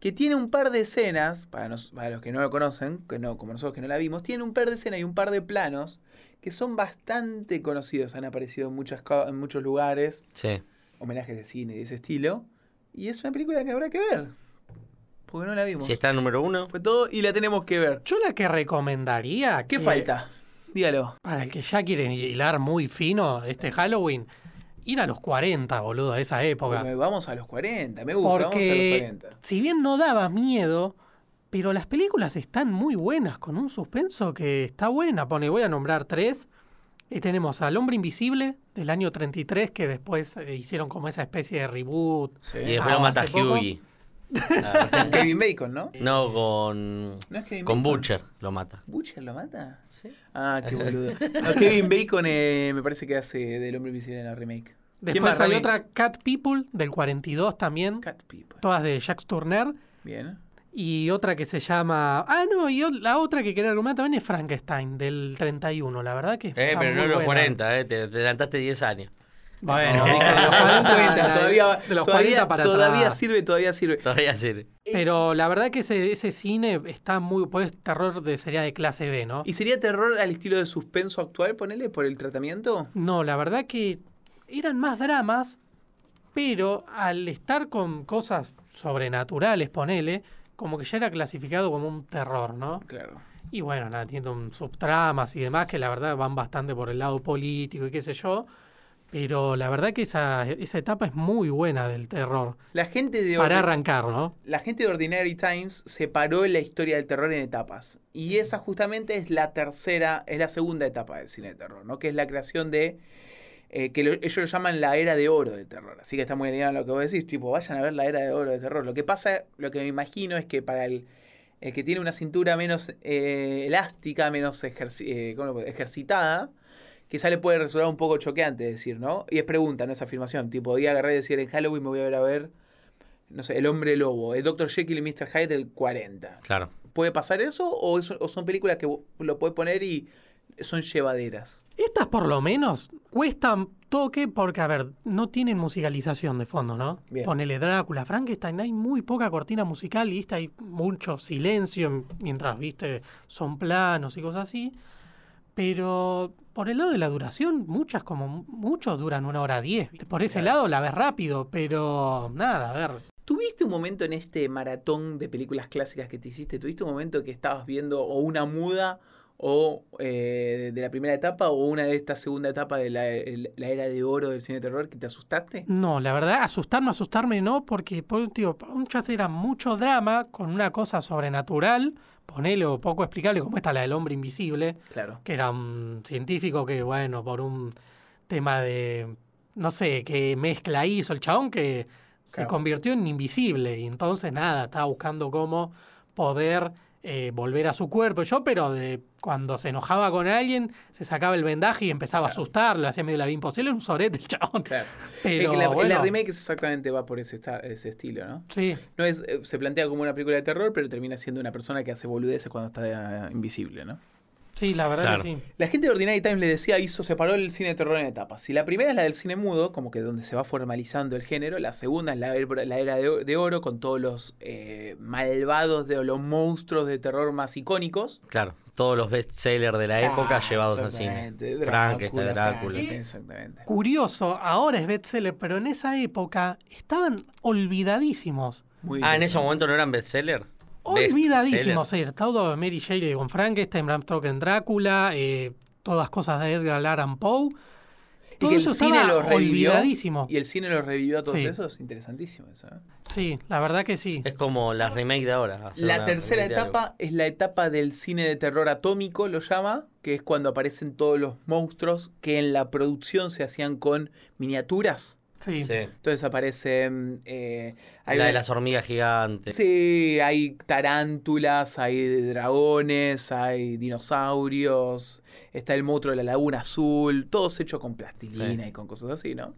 Speaker 1: que tiene un par de escenas, para, nos- para los que no lo conocen, que no, como nosotros que no la vimos, tiene un par de escenas y un par de planos que son bastante conocidos, han aparecido en, muchas, co- en muchos lugares,
Speaker 3: Sí.
Speaker 1: homenajes de cine y de ese estilo, y es una película que habrá que ver, porque no la vimos.
Speaker 3: Si está número uno.
Speaker 1: Fue todo y la tenemos que ver.
Speaker 2: Yo la que recomendaría.
Speaker 1: ¿Qué
Speaker 2: que-
Speaker 1: falta? Dígalo.
Speaker 2: Para el que ya quiere hilar muy fino este Halloween, ir a los 40, boludo, a esa época.
Speaker 1: Bueno, Vamos a los 40, me gusta,
Speaker 2: Porque
Speaker 1: vamos a los 40.
Speaker 2: si bien no daba miedo, pero las películas están muy buenas, con un suspenso que está buena. Pone, voy a nombrar tres. Y tenemos al Hombre Invisible del año 33, que después eh, hicieron como esa especie de reboot.
Speaker 3: Y
Speaker 1: Sí.
Speaker 3: después lo
Speaker 2: Ah,
Speaker 3: mata
Speaker 2: hace poco.
Speaker 3: Hughie. Ah,
Speaker 1: Kevin Bacon, ¿no?
Speaker 3: No, con.
Speaker 1: ¿No es Kevin Bacon?
Speaker 3: Con Butcher lo mata. Eh,
Speaker 1: ¿Butcher lo mata?
Speaker 3: Sí.
Speaker 1: Ah,
Speaker 2: (laughs)
Speaker 1: qué boludo. No, Kevin Bacon eh, me parece que hace del hombre invisible en la remake. ¿Quién
Speaker 2: Después
Speaker 1: más,
Speaker 2: hay
Speaker 1: Rami?
Speaker 2: otra Cat People del 42 también,
Speaker 1: Cat People.
Speaker 2: todas de Jack Turner.
Speaker 1: Bien.
Speaker 2: Y otra que se llama. Ah, no, y o- la otra que quería argumentar también es Frankenstein del 31. La verdad que.
Speaker 3: Eh,
Speaker 2: está
Speaker 3: pero no
Speaker 2: muy
Speaker 3: en los
Speaker 2: buena.
Speaker 3: 40, eh. Te te adelantaste 10 años.
Speaker 2: Bueno,
Speaker 1: No,
Speaker 2: de los 40,
Speaker 1: cuenta, todavía,
Speaker 2: de los
Speaker 1: todavía-
Speaker 2: 40 para
Speaker 1: todavía
Speaker 2: atrás.
Speaker 1: sirve, todavía sirve.
Speaker 3: Todavía sirve.
Speaker 2: Pero la verdad que ese, ese cine está muy. Pues terror de, sería de clase B, ¿no?
Speaker 1: ¿Y sería terror al estilo de suspenso actual, ponele, por el tratamiento?
Speaker 2: No, la verdad que eran más dramas, pero al estar con cosas sobrenaturales, ponele, como que ya era clasificado como un terror, ¿no?
Speaker 1: Claro.
Speaker 2: Y bueno, nada, tiene un subtramas y demás que la verdad van bastante por el lado político y qué sé yo. Pero la verdad que esa, esa etapa es muy buena del terror.
Speaker 1: La gente de
Speaker 2: Para
Speaker 1: Ordi-
Speaker 2: arrancar, ¿no?
Speaker 1: la gente de Ordinary Times separó la historia del terror en etapas. Y esa justamente es la tercera, es la segunda etapa del cine de terror, ¿no? Que es la creación de. eh, que lo- ellos lo llaman la era de oro del terror. Así que está muy alineado lo que vos decís, tipo, vayan a ver la era de oro del terror. Lo que pasa, lo que me imagino es que para el, el que tiene una cintura menos eh, elástica, menos ejerci- eh, ¿cómo lo puedo- ejercitada, quizá le puede resultar un poco choqueante decir, ¿no? Y es pregunta, no es afirmación. Tipo, día agarré y decir en Halloween me voy a ver a ver no sé, El Hombre Lobo, el Dr. Jekyll y Mr. Hyde del 40.
Speaker 3: Claro.
Speaker 1: ¿Puede pasar eso o, es- o son películas que vos lo puedes poner y son llevaderas?
Speaker 2: Estas por lo menos cuestan toque porque, a ver, no tienen musicalización de fondo, ¿no?
Speaker 1: Bien.
Speaker 2: Ponele Drácula, Frankenstein, hay muy poca cortina musical y esta hay mucho silencio mientras, viste, son planos y cosas así. Pero por el lado de la duración, muchas como muchos duran una hora diez. Por ese lado la ves rápido, pero nada, a ver.
Speaker 1: ¿Tuviste un momento en este maratón de películas clásicas que te hiciste? ¿Tuviste un momento que estabas viendo o una muda o eh, de la primera etapa o una de esta segunda etapa de la, el- la era de oro del cine de terror que te asustaste?
Speaker 2: No, la verdad, asustarme, asustarme no, porque por tío, muchas era mucho drama con una cosa sobrenatural, ponele o poco explicable, como esta la del hombre invisible,
Speaker 1: Claro.
Speaker 2: que era un científico que, bueno, por un tema de, no sé, qué mezcla hizo el chabón que se
Speaker 1: Claro.
Speaker 2: convirtió en invisible y entonces nada, estaba buscando cómo poder eh, volver a su cuerpo. Yo, pero de cuando se enojaba con alguien, se sacaba el vendaje y empezaba a asustarlo, hacía medio la vida imposible, era un sorete el chabón.
Speaker 1: Claro. Es
Speaker 2: Pero
Speaker 1: que la, la
Speaker 2: bueno,
Speaker 1: remake exactamente va por ese, esta- ese estilo, ¿no?
Speaker 2: sí,
Speaker 1: no es, eh, se plantea como una película de terror, pero termina siendo una persona que hace boludeces cuando está eh, invisible, ¿no?
Speaker 2: sí, la verdad
Speaker 3: Claro.
Speaker 2: que sí.
Speaker 1: La gente de Ordinary Times le decía, hizo, separó el cine de terror en etapas. Si la primera es la del cine mudo, como que donde se va formalizando el género, la segunda es la, er- la era de, de oro, con todos los eh, malvados de o los monstruos de terror más icónicos.
Speaker 3: Claro, todos los bestsellers de la época
Speaker 1: Ah,
Speaker 3: llevados al cine.
Speaker 1: exactamente.
Speaker 3: Frankenstein, Drácula.
Speaker 1: Frankenstein, Exactamente.
Speaker 2: Curioso, ahora es bestseller, pero en esa época estaban olvidadísimos.
Speaker 1: Muy
Speaker 3: Ah, en
Speaker 1: interesante.
Speaker 3: ese momento no eran bestsellers.
Speaker 2: Olvidadísimo, sí, está todo de Mary Shelley con Frankenstein, Bram Stoker en Drácula, eh, todas cosas de Edgar Allan
Speaker 1: Y
Speaker 2: Poe. Todo
Speaker 1: que el
Speaker 2: eso
Speaker 1: cine
Speaker 2: estaba
Speaker 1: los revivió.
Speaker 2: olvidadísimo.
Speaker 1: Y el cine los revivió a todos
Speaker 2: Sí.
Speaker 1: esos. Interesantísimo eso. ¿eh?
Speaker 2: Sí, la verdad que sí.
Speaker 3: Es como las remake de ahora. hacer
Speaker 1: La
Speaker 3: una
Speaker 1: tercera
Speaker 3: remake de algo.
Speaker 1: etapa es la etapa del cine de terror atómico, lo llama, que es cuando aparecen todos los monstruos que en la producción se hacían con miniaturas.
Speaker 2: Sí.
Speaker 3: Sí.
Speaker 1: Entonces aparecen... eh, hay
Speaker 3: La de
Speaker 1: una-
Speaker 3: las hormigas gigantes.
Speaker 1: Sí, hay tarántulas, hay dragones, hay dinosaurios, está el monstruo de la laguna azul, todos hechos con plastilina
Speaker 3: Sí.
Speaker 1: y con cosas así, ¿no?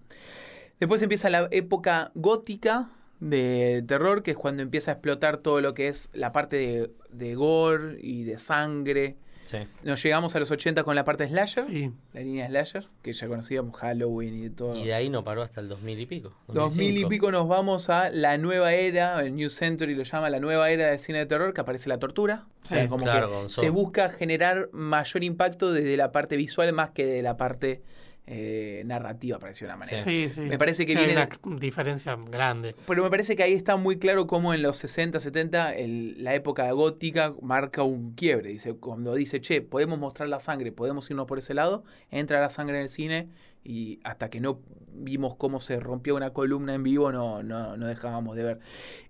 Speaker 1: Después empieza la época gótica de terror, que es cuando empieza a explotar todo lo que es la parte de, de gore y de sangre.
Speaker 3: Sí.
Speaker 1: Nos llegamos a los 80 con la parte slasher,
Speaker 2: Sí.
Speaker 1: la línea slasher, que ya conocíamos, Halloween y todo.
Speaker 3: Y de ahí no paró hasta el 2000 y pico.
Speaker 1: 2000 y
Speaker 3: 2005.
Speaker 1: pico nos vamos a la nueva era, el New Century lo llama la nueva era del cine de terror, que aparece la tortura. O sea,
Speaker 2: Sí,
Speaker 1: como
Speaker 3: claro,
Speaker 1: que
Speaker 3: con
Speaker 1: se
Speaker 3: Saw.
Speaker 1: busca generar mayor impacto desde la parte visual más que de la parte eh, narrativa, por decirlo de una manera.
Speaker 2: Sí, sí.
Speaker 1: Me parece que
Speaker 2: Sí, hay
Speaker 1: viene-
Speaker 2: una diferencia grande.
Speaker 1: Pero me parece que ahí está muy claro cómo en los 60, 70, el- la época gótica marca un quiebre. Dice, cuando dice, che, podemos mostrar la sangre, podemos irnos por ese lado, entra la sangre en el cine y hasta que no vimos cómo se rompió una columna en vivo, no, no, no dejábamos de ver.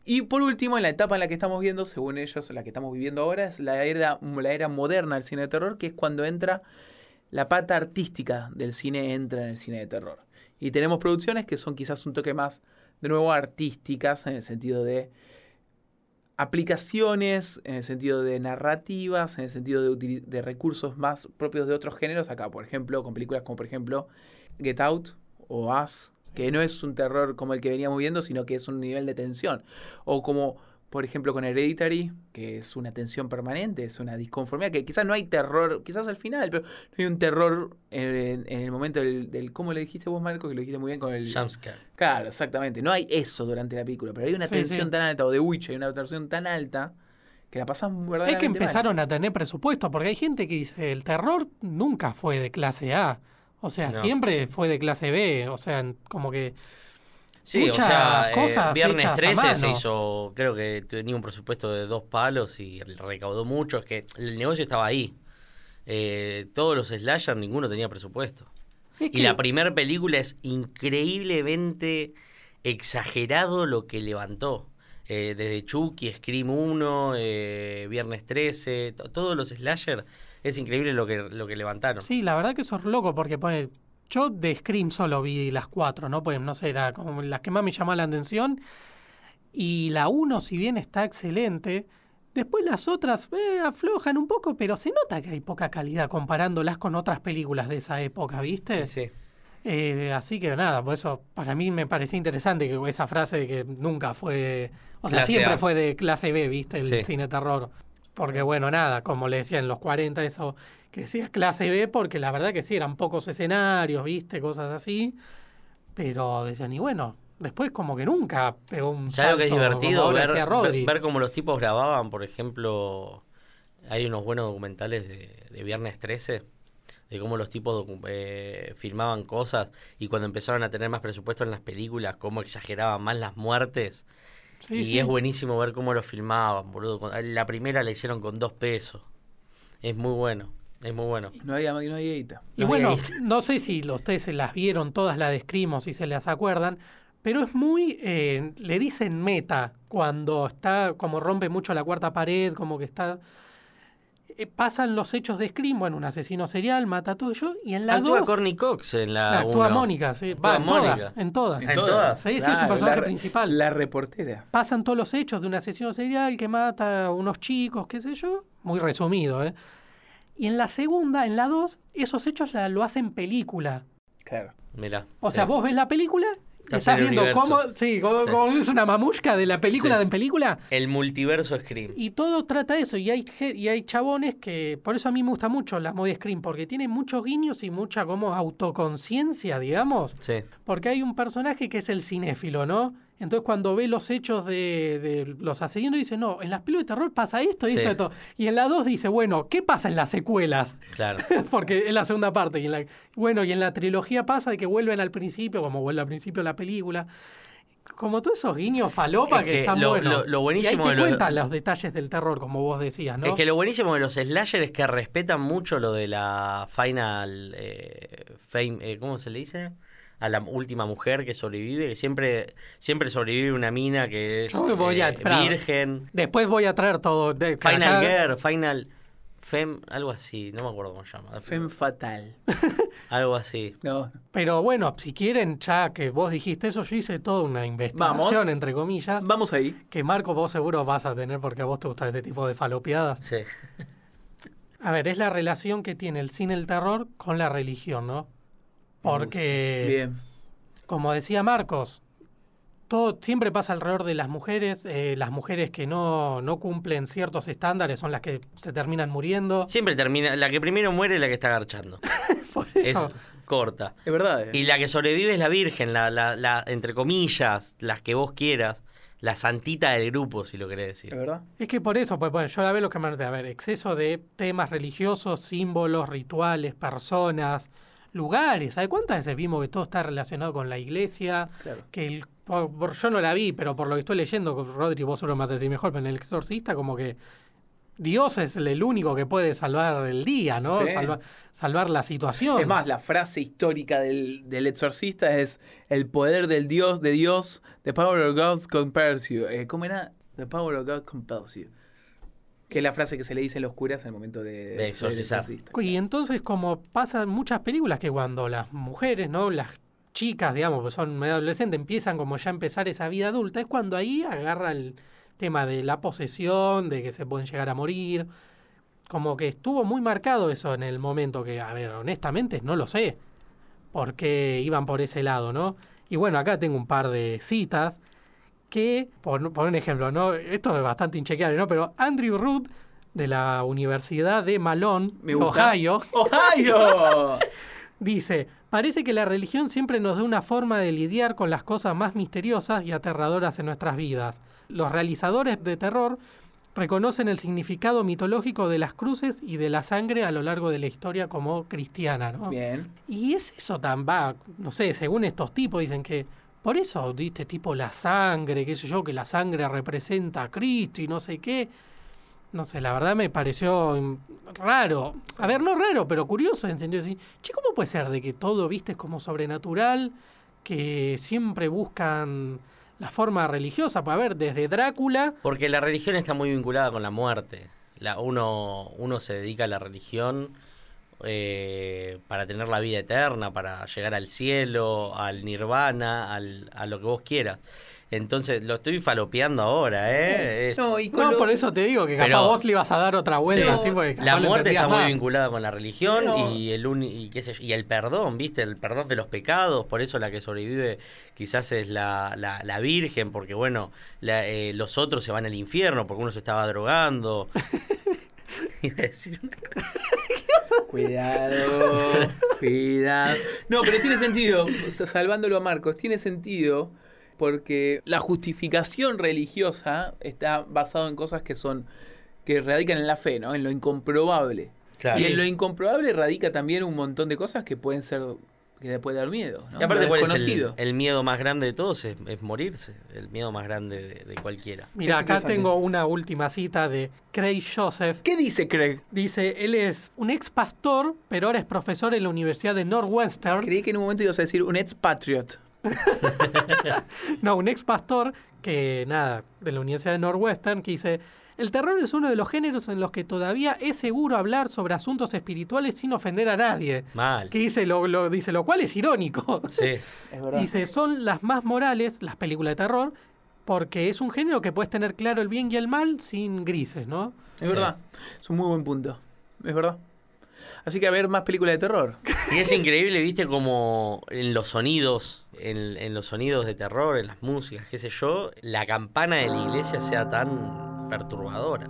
Speaker 1: Y por último, en la etapa en la que estamos viendo, según ellos, la que estamos viviendo ahora, es la era, la era moderna del cine de terror, que es cuando entra la pata artística del cine, entra en el cine de terror. Y tenemos producciones que son quizás un toque más, de nuevo, artísticas, en el sentido de aplicaciones, en el sentido de narrativas, en el sentido de, utili- de recursos más propios de otros géneros. Acá, por ejemplo, con películas como, por ejemplo, Get Out o Us, que no es un terror como el que veníamos viendo, sino que es un nivel de tensión. O como, por ejemplo, con Hereditary, que es una tensión permanente, es una disconformidad, que quizás no hay terror, quizás al final, pero no hay un terror en, en el momento del, del- ¿Cómo le dijiste vos, Marco? Que lo dijiste muy bien con el...
Speaker 3: Jumpscare.
Speaker 1: Claro, exactamente. No hay eso durante la película, pero hay una
Speaker 2: Sí,
Speaker 1: tensión
Speaker 2: sí.
Speaker 1: tan alta, o de Witch, hay una tensión tan alta, que la pasás verdaderamente
Speaker 2: Es que
Speaker 1: mal.
Speaker 2: empezaron a tener presupuesto, porque hay gente que dice, el terror nunca fue de clase A. O sea,
Speaker 3: No.
Speaker 2: siempre fue de clase B. O sea, en- como que...
Speaker 3: Sí, o
Speaker 2: Muchas
Speaker 3: sea, eh,
Speaker 2: cosas hechas
Speaker 3: Viernes
Speaker 2: a
Speaker 3: 13 se
Speaker 2: mano.
Speaker 3: hizo, creo que tenía un presupuesto de dos palos y recaudó mucho. Es que el negocio estaba ahí. Eh, todos los slasher, ninguno tenía presupuesto.
Speaker 2: es
Speaker 3: Y
Speaker 2: que-
Speaker 3: la primera película es increíblemente exagerado lo que levantó. Eh, desde Chucky, Scream 1, eh, Viernes 13, to- todos los slasher, es increíble lo que, lo que levantaron.
Speaker 2: Sí, la verdad que eso es loco porque pone. Yo de Scream solo vi las cuatro, ¿no? Pues no sé, era como las que más me llamaban la atención. Y la uno, si bien está excelente, después las otras eh, aflojan un poco, pero se nota que hay poca calidad comparándolas con otras películas de esa época, ¿viste?
Speaker 3: Sí.
Speaker 2: Eh, así que nada, por eso para mí me parecía interesante que esa frase de que nunca fue, o sea,
Speaker 3: Clase
Speaker 2: siempre
Speaker 3: A.
Speaker 2: fue de clase B, ¿viste? El
Speaker 3: Sí.
Speaker 2: cine terror. Porque bueno, nada, como le decía en los 40 eso, que sea clase B, porque la verdad que sí, eran pocos escenarios, ¿viste? Cosas así. Pero decían, y bueno, después como que nunca pegó un
Speaker 3: ¿Sabes lo que es
Speaker 2: salto, como
Speaker 3: divertido?
Speaker 2: ahora
Speaker 3: Ver,
Speaker 2: decía Rodri.
Speaker 3: ver, ver cómo los tipos grababan, por ejemplo, hay unos buenos documentales de, de Viernes 13, de cómo los tipos docu- eh, filmaban cosas y cuando empezaron a tener más presupuesto en las películas, cómo exageraban más las muertes.
Speaker 2: Sí,
Speaker 3: y
Speaker 2: sí.
Speaker 3: es buenísimo ver cómo lo filmaban, boludo. Con- eh, La primera la hicieron con dos pesos. Es muy bueno, es muy bueno.
Speaker 1: No había, no había guita.
Speaker 2: Y
Speaker 3: No había
Speaker 2: bueno,
Speaker 3: visto.
Speaker 2: no sé si los- ustedes se las vieron todas las de Scream o si se las acuerdan, pero es muy, eh, le dicen meta cuando está, como rompe mucho la cuarta pared, como que está... eh, pasan los hechos de Scream, bueno, un asesino serial, mata a todo ello, y en la
Speaker 3: actúa
Speaker 2: 2
Speaker 3: Courtney Cox en la
Speaker 2: actúa
Speaker 3: uno.
Speaker 2: Mónica, sí,
Speaker 3: Actúa
Speaker 2: va, en
Speaker 3: Mónica.
Speaker 2: todas, en todas.
Speaker 3: En todas.
Speaker 2: Sí, sí, es un personaje
Speaker 1: re-
Speaker 2: principal.
Speaker 1: La reportera.
Speaker 2: pasan todos los hechos de un asesino serial que mata a unos chicos, qué sé yo. Muy resumido, ¿eh? Y en la segunda, en la dos, esos hechos la- lo hacen película.
Speaker 1: Claro.
Speaker 3: Mirá,
Speaker 2: O
Speaker 3: sí.
Speaker 2: sea, vos ves la película y
Speaker 3: Estás
Speaker 2: estás
Speaker 3: en el
Speaker 2: viendo
Speaker 3: universo.
Speaker 2: cómo, sí, cómo-
Speaker 3: Sí.
Speaker 2: cómo es una mamushka de la película
Speaker 3: Sí.
Speaker 2: de en película.
Speaker 3: El multiverso Scream.
Speaker 2: Y todo trata de eso. Y hay, ge- y hay chabones que. Por eso a mí me gusta mucho las Modi Screen, porque tienen muchos guiños y mucha como autoconciencia, digamos.
Speaker 3: Sí.
Speaker 2: Porque hay un personaje que es el cinéfilo, ¿no? Entonces cuando ve los hechos de, de los asesinos dice, no, en las películas de terror pasa esto,
Speaker 3: Sí.
Speaker 2: esto, esto. Y en la 2 dice, bueno, ¿qué pasa en las secuelas?
Speaker 3: Claro.
Speaker 2: Porque es la segunda parte. Y en la, bueno, y en la trilogía pasa de que vuelven al principio, como vuelve al principio la película. Como todos esos guiños falopa
Speaker 3: Es
Speaker 2: que,
Speaker 3: que
Speaker 2: están
Speaker 3: lo-
Speaker 2: buenos.
Speaker 3: lo- lo buenísimo
Speaker 2: y ahí
Speaker 3: de
Speaker 2: te
Speaker 3: los-
Speaker 2: cuentan los detalles del terror, como vos decías, (laughs) ¿no?
Speaker 3: Es que lo buenísimo de los slasher es que respetan mucho lo de la final eh, fame, eh, ¿cómo se le dice? A la última mujer que sobrevive, que siempre, siempre sobrevive una mina que es
Speaker 2: Yo voy a
Speaker 3: eh,
Speaker 2: esperar.
Speaker 3: virgen.
Speaker 2: Después voy a traer todo. De,
Speaker 3: Final
Speaker 2: acá-
Speaker 3: Girl, Final Fem, algo así, no me acuerdo cómo se llama.
Speaker 1: Fem fatal.
Speaker 3: Algo así.
Speaker 1: No.
Speaker 2: (laughs) Pero bueno, si quieren, ya que vos dijiste eso, yo hice toda una investigación,
Speaker 1: Vamos.
Speaker 2: entre comillas.
Speaker 1: Vamos ahí.
Speaker 2: Que Marco, vos seguro vas a tener porque a vos te gusta este tipo de falopeadas.
Speaker 3: Sí.
Speaker 2: A ver, es la relación que tiene el cine el terror con la religión, ¿no?
Speaker 3: Mm.
Speaker 2: Porque,
Speaker 1: Bien.
Speaker 2: como decía Marcos, todo siempre pasa alrededor de las mujeres. eh, las mujeres que no, no cumplen ciertos estándares son las que se terminan (laughs) muriendo.
Speaker 3: Siempre termina, la que primero muere es la que está agarchando.
Speaker 2: Por
Speaker 3: Es
Speaker 2: eso.
Speaker 3: corta.
Speaker 1: Es verdad. eh.
Speaker 3: Y la que sobrevive es la virgen, la, la, la- entre comillas, las que vos quieras, la santita del grupo, si lo querés
Speaker 1: Es
Speaker 3: decir.
Speaker 1: verdad.
Speaker 2: Es que por eso, pues bueno, yo la veo lo que me a ver, exceso de temas religiosos, símbolos, rituales, personas, lugares. ¿Sabes cuántas veces vimos que todo está relacionado con la iglesia?
Speaker 1: Claro.
Speaker 2: Que el, por- por- yo no la vi, pero por lo que estoy leyendo, Rodri, vos solo me vas a decir mejor, pero en El Exorcista como que Dios es el único que puede salvar el día, ¿no?
Speaker 1: Sí.
Speaker 2: Salva- salvar la situación.
Speaker 1: Es más, la frase histórica del, del exorcista es el poder del Dios, de Dios, the power of God compels you. Eh, ¿Cómo era? The power of God compels you. Que es la frase que se le dice a los curas en el momento de,
Speaker 3: De exorcizar.
Speaker 1: ser exorcista.
Speaker 2: Y entonces, como pasa en muchas películas, que cuando las mujeres, ¿no? Las chicas, digamos, pues son medio adolescentes, empiezan como ya a empezar esa vida adulta, es cuando ahí agarra el tema de la posesión, de que se pueden llegar a morir. Como que estuvo muy marcado eso en el momento que, a ver, honestamente, no lo sé. Por qué iban por ese lado, ¿no? Y bueno, acá tengo un par de citas que, por, por un ejemplo, ¿no? Esto es bastante inchequeable, ¿no? Pero Andrew Root, de la Universidad de Malone,
Speaker 1: Me gusta.
Speaker 2: Ohio,
Speaker 1: ¡Ohio!
Speaker 2: dice, parece que la religión siempre nos da una forma de lidiar con las cosas más misteriosas y aterradoras en nuestras vidas. Los realizadores de terror reconocen el significado mitológico de las cruces y de la sangre a lo largo de la historia como cristiana, ¿no?
Speaker 1: Bien.
Speaker 2: Y es eso tan va, no sé, según estos tipos dicen que por eso diste tipo la sangre, qué sé yo, que la sangre representa a Cristo y no sé qué. No sé, la verdad me pareció mm, raro. A ver, no raro, pero curioso en sentido de decir, che, ¿cómo puede ser de que todo viste es como sobrenatural, que siempre buscan la forma religiosa? Para ver, desde Drácula,
Speaker 3: Porque la religión está muy vinculada con la muerte. La, uno, uno se dedica a la religión eh, para tener la vida eterna, para llegar al cielo, al nirvana, al, a lo que vos quieras. Entonces, lo estoy falopeando ahora, ¿eh? Es-
Speaker 1: No, y con
Speaker 2: no,
Speaker 1: lo-
Speaker 2: por eso te digo que capaz
Speaker 3: Pero-
Speaker 2: vos le ibas a dar otra vuelta,
Speaker 1: Sí.
Speaker 2: así, porque capaz
Speaker 3: La
Speaker 2: lo
Speaker 3: muerte
Speaker 2: entendías
Speaker 3: está muy
Speaker 2: más.
Speaker 3: vinculada con la religión
Speaker 1: Pero-
Speaker 3: y, el uni- y, qué sé yo, y el perdón, ¿viste? El perdón de los pecados, por eso la que sobrevive quizás es la, la- la Virgen, porque bueno, la- eh, los otros se van al infierno porque uno se
Speaker 2: (laughs)
Speaker 3: estaba drogando. (laughs) Iba a decir una cosa.
Speaker 1: Cuidado, cuidado. No, pero tiene sentido, está salvándolo a Marcos, tiene sentido porque la justificación religiosa está basada en cosas que son que radican en la fe, ¿no? En lo incomprobable.
Speaker 3: Claro.
Speaker 1: Y en lo incomprobable radica también un montón de cosas que pueden ser. que te puede dar miedo. ¿no?
Speaker 3: Y aparte,
Speaker 1: Lo
Speaker 3: ¿cuál es el,
Speaker 1: desconocido.
Speaker 3: el miedo más grande de todos? Es, es morirse. El miedo más grande de, de cualquiera.
Speaker 2: Mira,
Speaker 1: Es
Speaker 2: acá
Speaker 1: interesante.
Speaker 2: tengo una última cita de Craig Joseph.
Speaker 1: ¿Qué dice Craig?
Speaker 2: Dice, él es un ex pastor, pero ahora es profesor en la Universidad de Northwestern.
Speaker 1: Creí que en un momento ibas a decir un ex patriot.
Speaker 2: No, un ex pastor que, nada, de la Universidad de Northwestern, que dice, el terror es uno de los géneros en los que todavía es seguro hablar sobre asuntos espirituales sin ofender a nadie.
Speaker 3: Mal.
Speaker 2: Que dice lo, lo- dice, lo cual es irónico.
Speaker 3: Sí.
Speaker 1: Es verdad.
Speaker 2: Dice, son las más morales, las películas de terror, porque es un género que puedes tener claro el bien y el mal sin grises, ¿no?
Speaker 1: Es verdad. Es un muy buen punto. Es verdad. Así que a ver más películas de terror.
Speaker 3: Y es increíble, viste, como en los sonidos, en, en los sonidos de terror, en las músicas, qué sé yo, la campana de la iglesia sea tan perturbadora.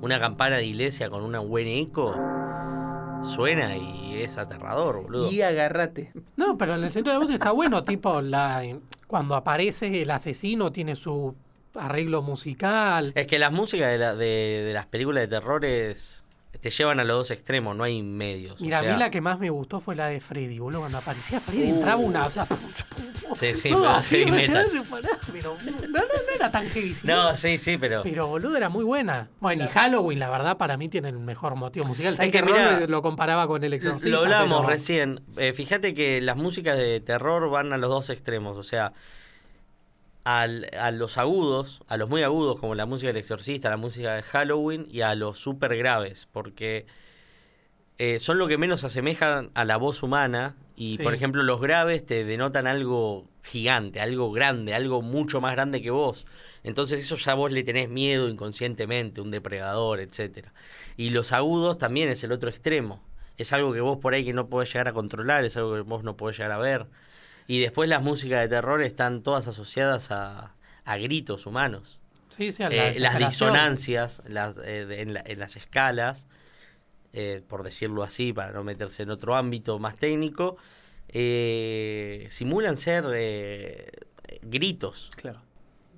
Speaker 3: Una campana de iglesia con un buen eco suena y es aterrador, boludo.
Speaker 1: Y agárrate.
Speaker 2: No, pero en el centro de voz está bueno, tipo, la, cuando aparece el asesino tiene su arreglo musical.
Speaker 3: Es que las músicas de, la- de- de las películas de terror es- te llevan a los dos extremos, no hay medios. o
Speaker 2: Mira, a
Speaker 3: sea,
Speaker 2: mí la que más me gustó fue la de Freddy, boludo. Cuando aparecía Freddy entraba una, o sea,
Speaker 3: Sí, Uh. sí,
Speaker 2: todo
Speaker 3: no,
Speaker 2: así,
Speaker 3: sí,
Speaker 2: recién
Speaker 3: metal.
Speaker 2: se paraba, pero no, no, no era tan heavy. sí.
Speaker 3: No, sí, sí, pero...
Speaker 2: Pero boludo, era muy buena. Bueno, y Halloween, la verdad, para mí tiene el mejor motivo musical. Sabés
Speaker 3: Es que
Speaker 2: que Ron
Speaker 3: mirá,
Speaker 2: lo- lo comparaba con el exorcista.
Speaker 3: Lo hablábamos
Speaker 2: pero-
Speaker 3: recién. Eh, fíjate que las músicas de terror van a los dos extremos. O sea, al- a los agudos, a los muy agudos, como la música del exorcista, la música de Halloween, y a los super graves, porque eh, son lo que menos se asemejan a la voz humana. Y,
Speaker 2: Sí.
Speaker 3: por ejemplo, los graves te denotan algo gigante, algo grande, algo mucho más grande que vos. Entonces eso ya vos le tenés miedo inconscientemente, un depredador, etcétera. Y los agudos también es el otro extremo. Es algo que vos por ahí que no podés llegar a controlar, es algo que vos no podés llegar a ver. Y después las músicas de terror están todas asociadas a, a gritos humanos.
Speaker 2: Sí, sí, a la
Speaker 3: Eh, las
Speaker 2: desesperación.
Speaker 3: disonancias las, eh, de- en, la- en las escalas, eh, por decirlo así, para no meterse en otro ámbito más técnico, eh, simulan ser eh, gritos,
Speaker 1: Claro.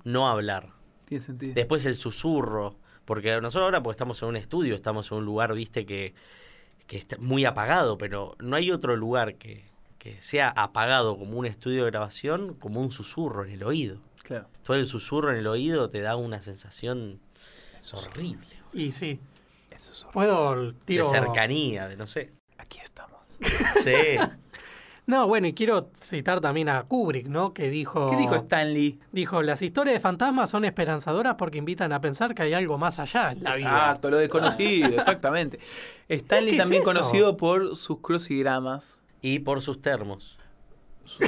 Speaker 3: no hablar.
Speaker 1: Tiene sentido.
Speaker 3: Después el susurro, porque nosotros ahora pues estamos en un estudio, estamos en un lugar, viste, que, que está muy apagado, pero no hay otro lugar que, que sea apagado como un estudio de grabación, como un susurro en el oído.
Speaker 1: Claro.
Speaker 3: Todo el susurro en el oído te da una sensación horrible.
Speaker 2: Y sí,
Speaker 1: Eso es
Speaker 2: puedo tiro...
Speaker 3: De cercanía, de no
Speaker 1: (laughs)
Speaker 3: sé.
Speaker 1: Aquí estamos.
Speaker 3: Sí.
Speaker 2: No, bueno, y quiero citar también a Kubrick, ¿no? Que dijo...
Speaker 1: ¿Qué dijo Stanley?
Speaker 2: Dijo, las historias de fantasmas son esperanzadoras porque invitan a pensar que hay algo más allá en la vida.
Speaker 1: Exacto, lo desconocido, exactamente. Stanley
Speaker 2: ¿Qué es
Speaker 1: también
Speaker 2: eso?
Speaker 1: conocido por sus crucigramas.
Speaker 3: y por sus termos.
Speaker 2: (laughs)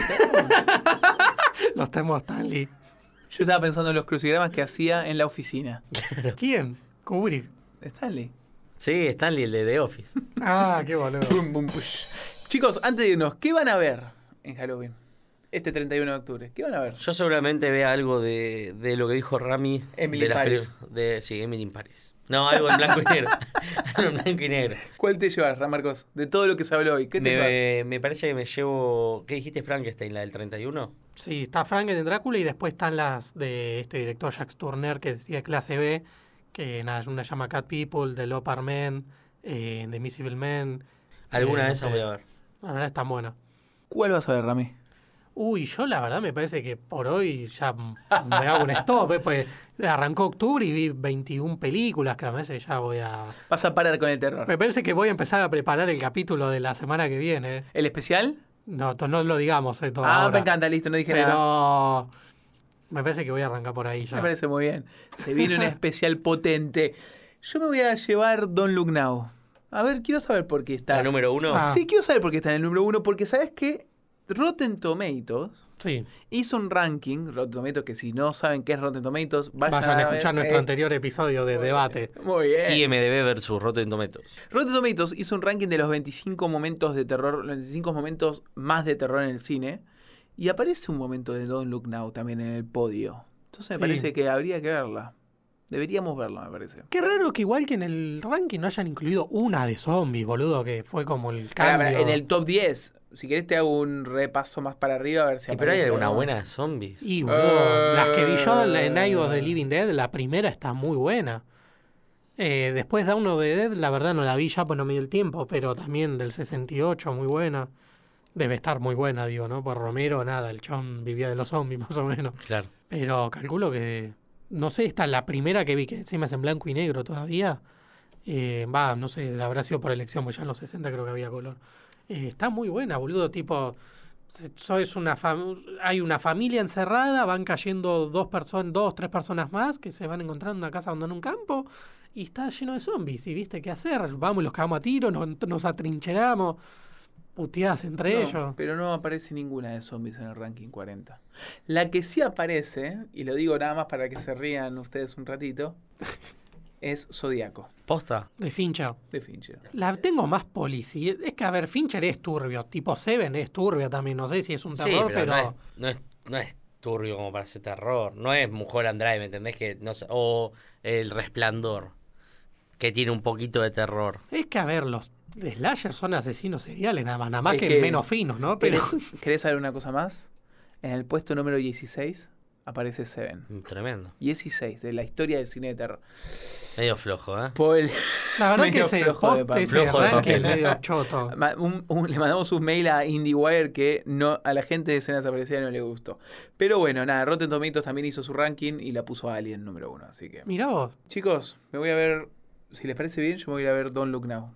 Speaker 2: Los termos Stanley.
Speaker 1: Yo estaba pensando en los crucigramas que hacía en la oficina.
Speaker 2: ¿Quién? Kubrick.
Speaker 1: Stanley.
Speaker 3: Sí, Stanley, el de The Office.
Speaker 2: Ah, qué boludo.
Speaker 1: Pum, pum, push. Chicos, antes de irnos, ¿qué van a ver en Halloween? Este 31 de octubre. ¿Qué van a ver?
Speaker 3: Yo seguramente vea algo de, de lo que dijo Rami.
Speaker 1: Emily
Speaker 3: de
Speaker 1: in
Speaker 3: las
Speaker 1: Paris.
Speaker 3: peli- De, sí, Emily in Paris. No, algo en blanco y
Speaker 1: (laughs)
Speaker 3: negro. algo en blanco y negro.
Speaker 1: ¿Cuál te llevas, Ram Marcos? De todo lo que se habló hoy, ¿qué te llevas?
Speaker 3: Me, me parece que me llevo... ¿Qué dijiste, Frankenstein, la del 31?
Speaker 2: Sí, está Frank en Drácula y después están las de este director Jack Turner que decía clase B, que nada, una llama Cat People, The Lopar Men, eh, The Invisible Men.
Speaker 3: Alguna
Speaker 2: Eh,
Speaker 3: de
Speaker 2: no
Speaker 3: esas
Speaker 2: sé.
Speaker 3: voy a ver.
Speaker 2: La verdad están buenas.
Speaker 1: ¿Cuál vas a ver, Rami?
Speaker 2: Uy, yo la verdad me parece que por hoy ya m- me hago un stop, eh, pues arrancó octubre y vi 21 películas, que a veces ya voy a...
Speaker 1: Vas a parar con el terror.
Speaker 2: Me parece que voy a empezar a preparar el capítulo de la semana que viene. eh.
Speaker 1: ¿El especial?
Speaker 2: No, to- no lo digamos eh, todo
Speaker 1: ah,
Speaker 2: ahora.
Speaker 1: me encanta, listo, no dije nada.
Speaker 2: Pero me parece que voy a arrancar por ahí ya.
Speaker 1: Me parece muy bien. Se
Speaker 3: (laughs)
Speaker 1: viene un especial potente. Yo me voy a llevar Don Look Now. A ver, quiero saber por qué está.
Speaker 3: La número uno.
Speaker 2: Ah.
Speaker 1: Sí, quiero saber por qué está en el número uno, porque sabes que Rotten Tomatoes
Speaker 2: Sí,
Speaker 1: hizo un ranking, Rotten Tomatoes, que si no saben qué es Rotten Tomatoes, vayan,
Speaker 2: vayan a
Speaker 1: ver.
Speaker 2: escuchar nuestro
Speaker 1: Eh,
Speaker 2: anterior episodio de debate.
Speaker 1: Muy bien.
Speaker 3: IMDB versus Rotten Tomatoes.
Speaker 1: Rotten Tomatoes hizo un ranking de los 25 momentos de terror, los 25 momentos más de terror en el cine. Y aparece un momento de Don't Look Now también en el podio. Entonces me
Speaker 2: Sí.
Speaker 1: parece que habría que verla. Deberíamos verla, me parece.
Speaker 2: Qué raro que igual que en el ranking no hayan incluido una de zombies, boludo, que fue como el
Speaker 1: Pará,
Speaker 2: cambio.
Speaker 1: pará, en el top 10, si querés te hago un repaso más para arriba a ver si
Speaker 3: Y pero hay
Speaker 1: aparece
Speaker 3: alguna
Speaker 1: algo.
Speaker 3: buena de zombies.
Speaker 2: Y, boludo, las que vi yo en la- en Night of the Living Dead, la primera está muy buena. Eh, después Down of the Dead, la verdad no la vi ya, pues no me dio el tiempo, pero también del 68, muy buena. Debe estar muy buena, digo, ¿no? Por Romero, nada, el chon vivía de los zombies (laughs) más o menos.
Speaker 3: Claro.
Speaker 2: Pero calculo que, no sé, esta es la primera que vi, que encima es en blanco y negro todavía. Eh, Va, no sé, habrá sido por elección, porque ya en los 60 creo que había color. Eh, está muy buena, boludo, tipo... se- Sois una fam- hay una familia encerrada, van cayendo dos personas, dos, tres personas más que se van encontrando en una casa abandonada en un campo y está lleno de zombies. Y viste qué hacer, vamos y los cagamos a tiro, nos, nos atrincheramos, puteadas entre
Speaker 1: No,
Speaker 2: ellos.
Speaker 1: Pero no aparece ninguna de zombies en el ranking 40. La que sí aparece, y lo digo nada más para que se rían ustedes un ratito, es Zodíaco,
Speaker 3: Posta.
Speaker 2: De Fincher.
Speaker 1: de Fincher.
Speaker 2: La tengo más policía. Es que, a ver, Fincher es turbio. Tipo Seven es turbia también. No sé si es un
Speaker 3: Sí,
Speaker 2: terror,
Speaker 3: pero,
Speaker 2: pero.
Speaker 3: No, es, no, es, no es turbio como para hacer terror. No es Mujer and Drive, ¿me entendés? Que no sé- o El Resplandor, que tiene un poquito de terror.
Speaker 2: Es que, a ver, los slashers son asesinos seriales, nada más, nada más
Speaker 1: Es
Speaker 2: que,
Speaker 1: que-
Speaker 2: menos finos, ¿no? Pero.
Speaker 1: ¿Querés, querés saber una cosa más? En el puesto número 16 aparece Seven.
Speaker 3: Mm, Tremendo.
Speaker 1: 16 de la historia del cine de terror.
Speaker 3: Medio flojo, ¿eh?
Speaker 1: Paul-
Speaker 2: La verdad que
Speaker 1: medio
Speaker 2: ese
Speaker 1: flojo de
Speaker 2: post-
Speaker 1: papel.
Speaker 2: ese
Speaker 3: Flojo de
Speaker 2: ranking
Speaker 3: papel.
Speaker 2: medio
Speaker 1: (laughs)
Speaker 2: choto.
Speaker 1: Ma- un- un- le mandamos un mail a IndieWire que no, a la gente de escenas aparecidas no le gustó. Pero bueno, nada, Rotten Tomatoes también hizo su ranking y la puso a Alien número uno, así que.
Speaker 2: Mirá vos. (laughs)
Speaker 1: Chicos, me voy a ver. Si les parece bien, yo me voy a ir a ver Don't Look Now.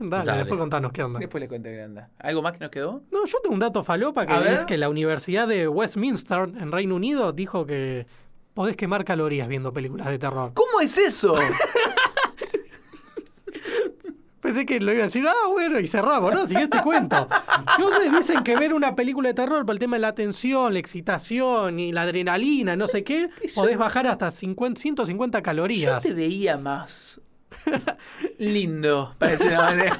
Speaker 2: Dale,
Speaker 3: Dale.
Speaker 2: después contanos qué onda.
Speaker 1: Después les cuento qué onda. ¿Algo más que nos quedó?
Speaker 2: No, yo tengo un dato falopa que
Speaker 1: A
Speaker 2: es
Speaker 1: ver.
Speaker 2: que la Universidad de Westminster, en Reino Unido, dijo que podés quemar calorías viendo películas de terror.
Speaker 1: ¿Cómo es eso?
Speaker 2: Pensé que lo iba a decir, ah, bueno, y cerramos, ¿no? Siguiente cuento. No sé, dicen que ver una película de terror por el tema de la tensión, la excitación y la adrenalina, no sé qué,
Speaker 1: que yo-
Speaker 2: podés bajar hasta 50, 150
Speaker 1: Yo
Speaker 2: calorías.
Speaker 1: te veía más (laughs) lindo, parece una manera.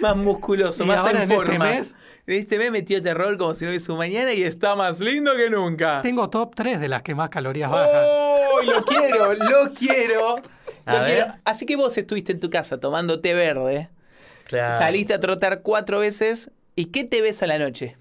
Speaker 1: Más musculoso,
Speaker 2: Y
Speaker 1: más
Speaker 2: ahora
Speaker 1: en
Speaker 2: en este
Speaker 1: forma.
Speaker 2: mes-
Speaker 1: En este mes metió terror como si no hubiese un mañana y está más lindo que nunca.
Speaker 2: Tengo top 3 de las que más calorías bajan.
Speaker 1: ¡Oh! Lo quiero, lo quiero.
Speaker 3: A
Speaker 1: Lo
Speaker 3: ver.
Speaker 1: quiero. Así que vos estuviste en tu casa tomando té verde,
Speaker 3: Claro.
Speaker 1: saliste a trotar cuatro veces. ¿Y qué te ves a la noche?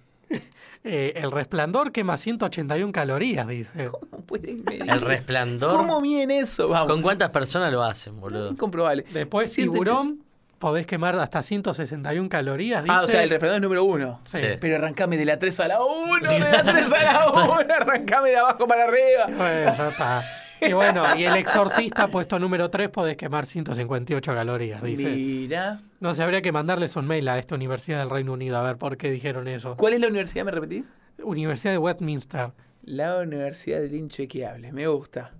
Speaker 2: Eh, el resplandor quema 181 calorías, dice.
Speaker 1: ¿Cómo pueden medir (laughs)
Speaker 3: El
Speaker 1: eso?
Speaker 3: Resplandor.
Speaker 1: ¿Cómo miden eso? Vamos. (laughs)
Speaker 3: ¿Con cuántas personas lo hacen, boludo?
Speaker 1: Incomprobable.
Speaker 2: Después,
Speaker 1: 180.
Speaker 2: tiburón, podés quemar hasta 161 calorías, dice.
Speaker 1: Ah, o sea, el resplandor es número uno.
Speaker 2: Sí.
Speaker 3: Sí.
Speaker 1: Pero arrancame de la 3 a la 1, de
Speaker 2: (laughs)
Speaker 1: la 3 a la 1, arrancame de abajo para arriba.
Speaker 2: Bueno, ya está. Y bueno, y el exorcista puesto número 3 podés quemar 158 calorías, dice.
Speaker 1: Mira.
Speaker 2: No sé, habría que mandarles un mail a esta Universidad del Reino Unido a ver por qué dijeron eso.
Speaker 1: ¿Cuál es la universidad, me repetís?
Speaker 2: Universidad de Westminster.
Speaker 1: La Universidad del Inchequeable, me gusta.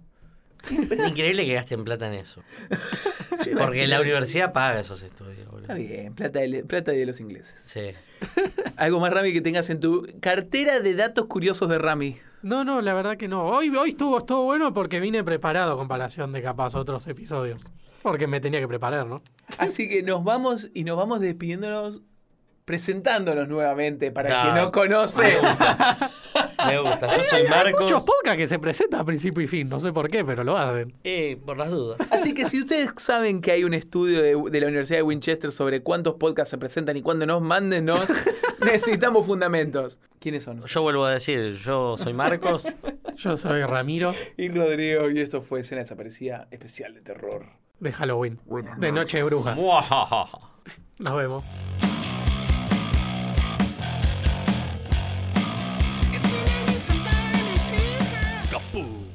Speaker 3: Increíble que gasten plata
Speaker 1: (laughs)
Speaker 3: en eso. Porque la universidad paga esos estudios, boludo.
Speaker 1: Está bien, plata de, plata de los ingleses.
Speaker 3: Sí.
Speaker 1: Algo más, Rami, que tengas en tu cartera de datos curiosos de Rami.
Speaker 2: No, no, la verdad que no. Hoy, hoy estuvo, estuvo bueno porque vine preparado a comparación de capaz otros episodios. Porque me tenía que preparar, ¿no?
Speaker 1: Así que nos vamos y nos vamos despidiéndonos, presentándonos nuevamente para
Speaker 3: No.
Speaker 1: el que no conoce.
Speaker 3: Me gusta. Yo
Speaker 2: Hay muchos
Speaker 3: soy Eh, Marcos.
Speaker 2: podcasts que se presentan a principio y fin, no sé por qué, pero lo hacen.
Speaker 3: Eh, por las dudas.
Speaker 1: Así que si ustedes saben que hay un estudio de, de la Universidad de Winchester sobre cuántos podcasts se presentan y cuándo nos (laughs) mándenos, necesitamos fundamentos. ¿Quiénes son?
Speaker 3: Yo vuelvo a decir, yo
Speaker 1: (laughs)
Speaker 3: soy Marcos.
Speaker 2: Yo soy Ramiro
Speaker 1: Y Rodrigo, y esto fue Escena Desaparecida, especial de terror.
Speaker 2: de Halloween.
Speaker 1: Buenas
Speaker 2: De Noche de Brujas.
Speaker 3: Muajajaja.
Speaker 2: Nos vemos.
Speaker 4: If we need somebody to help.
Speaker 3: Kaput.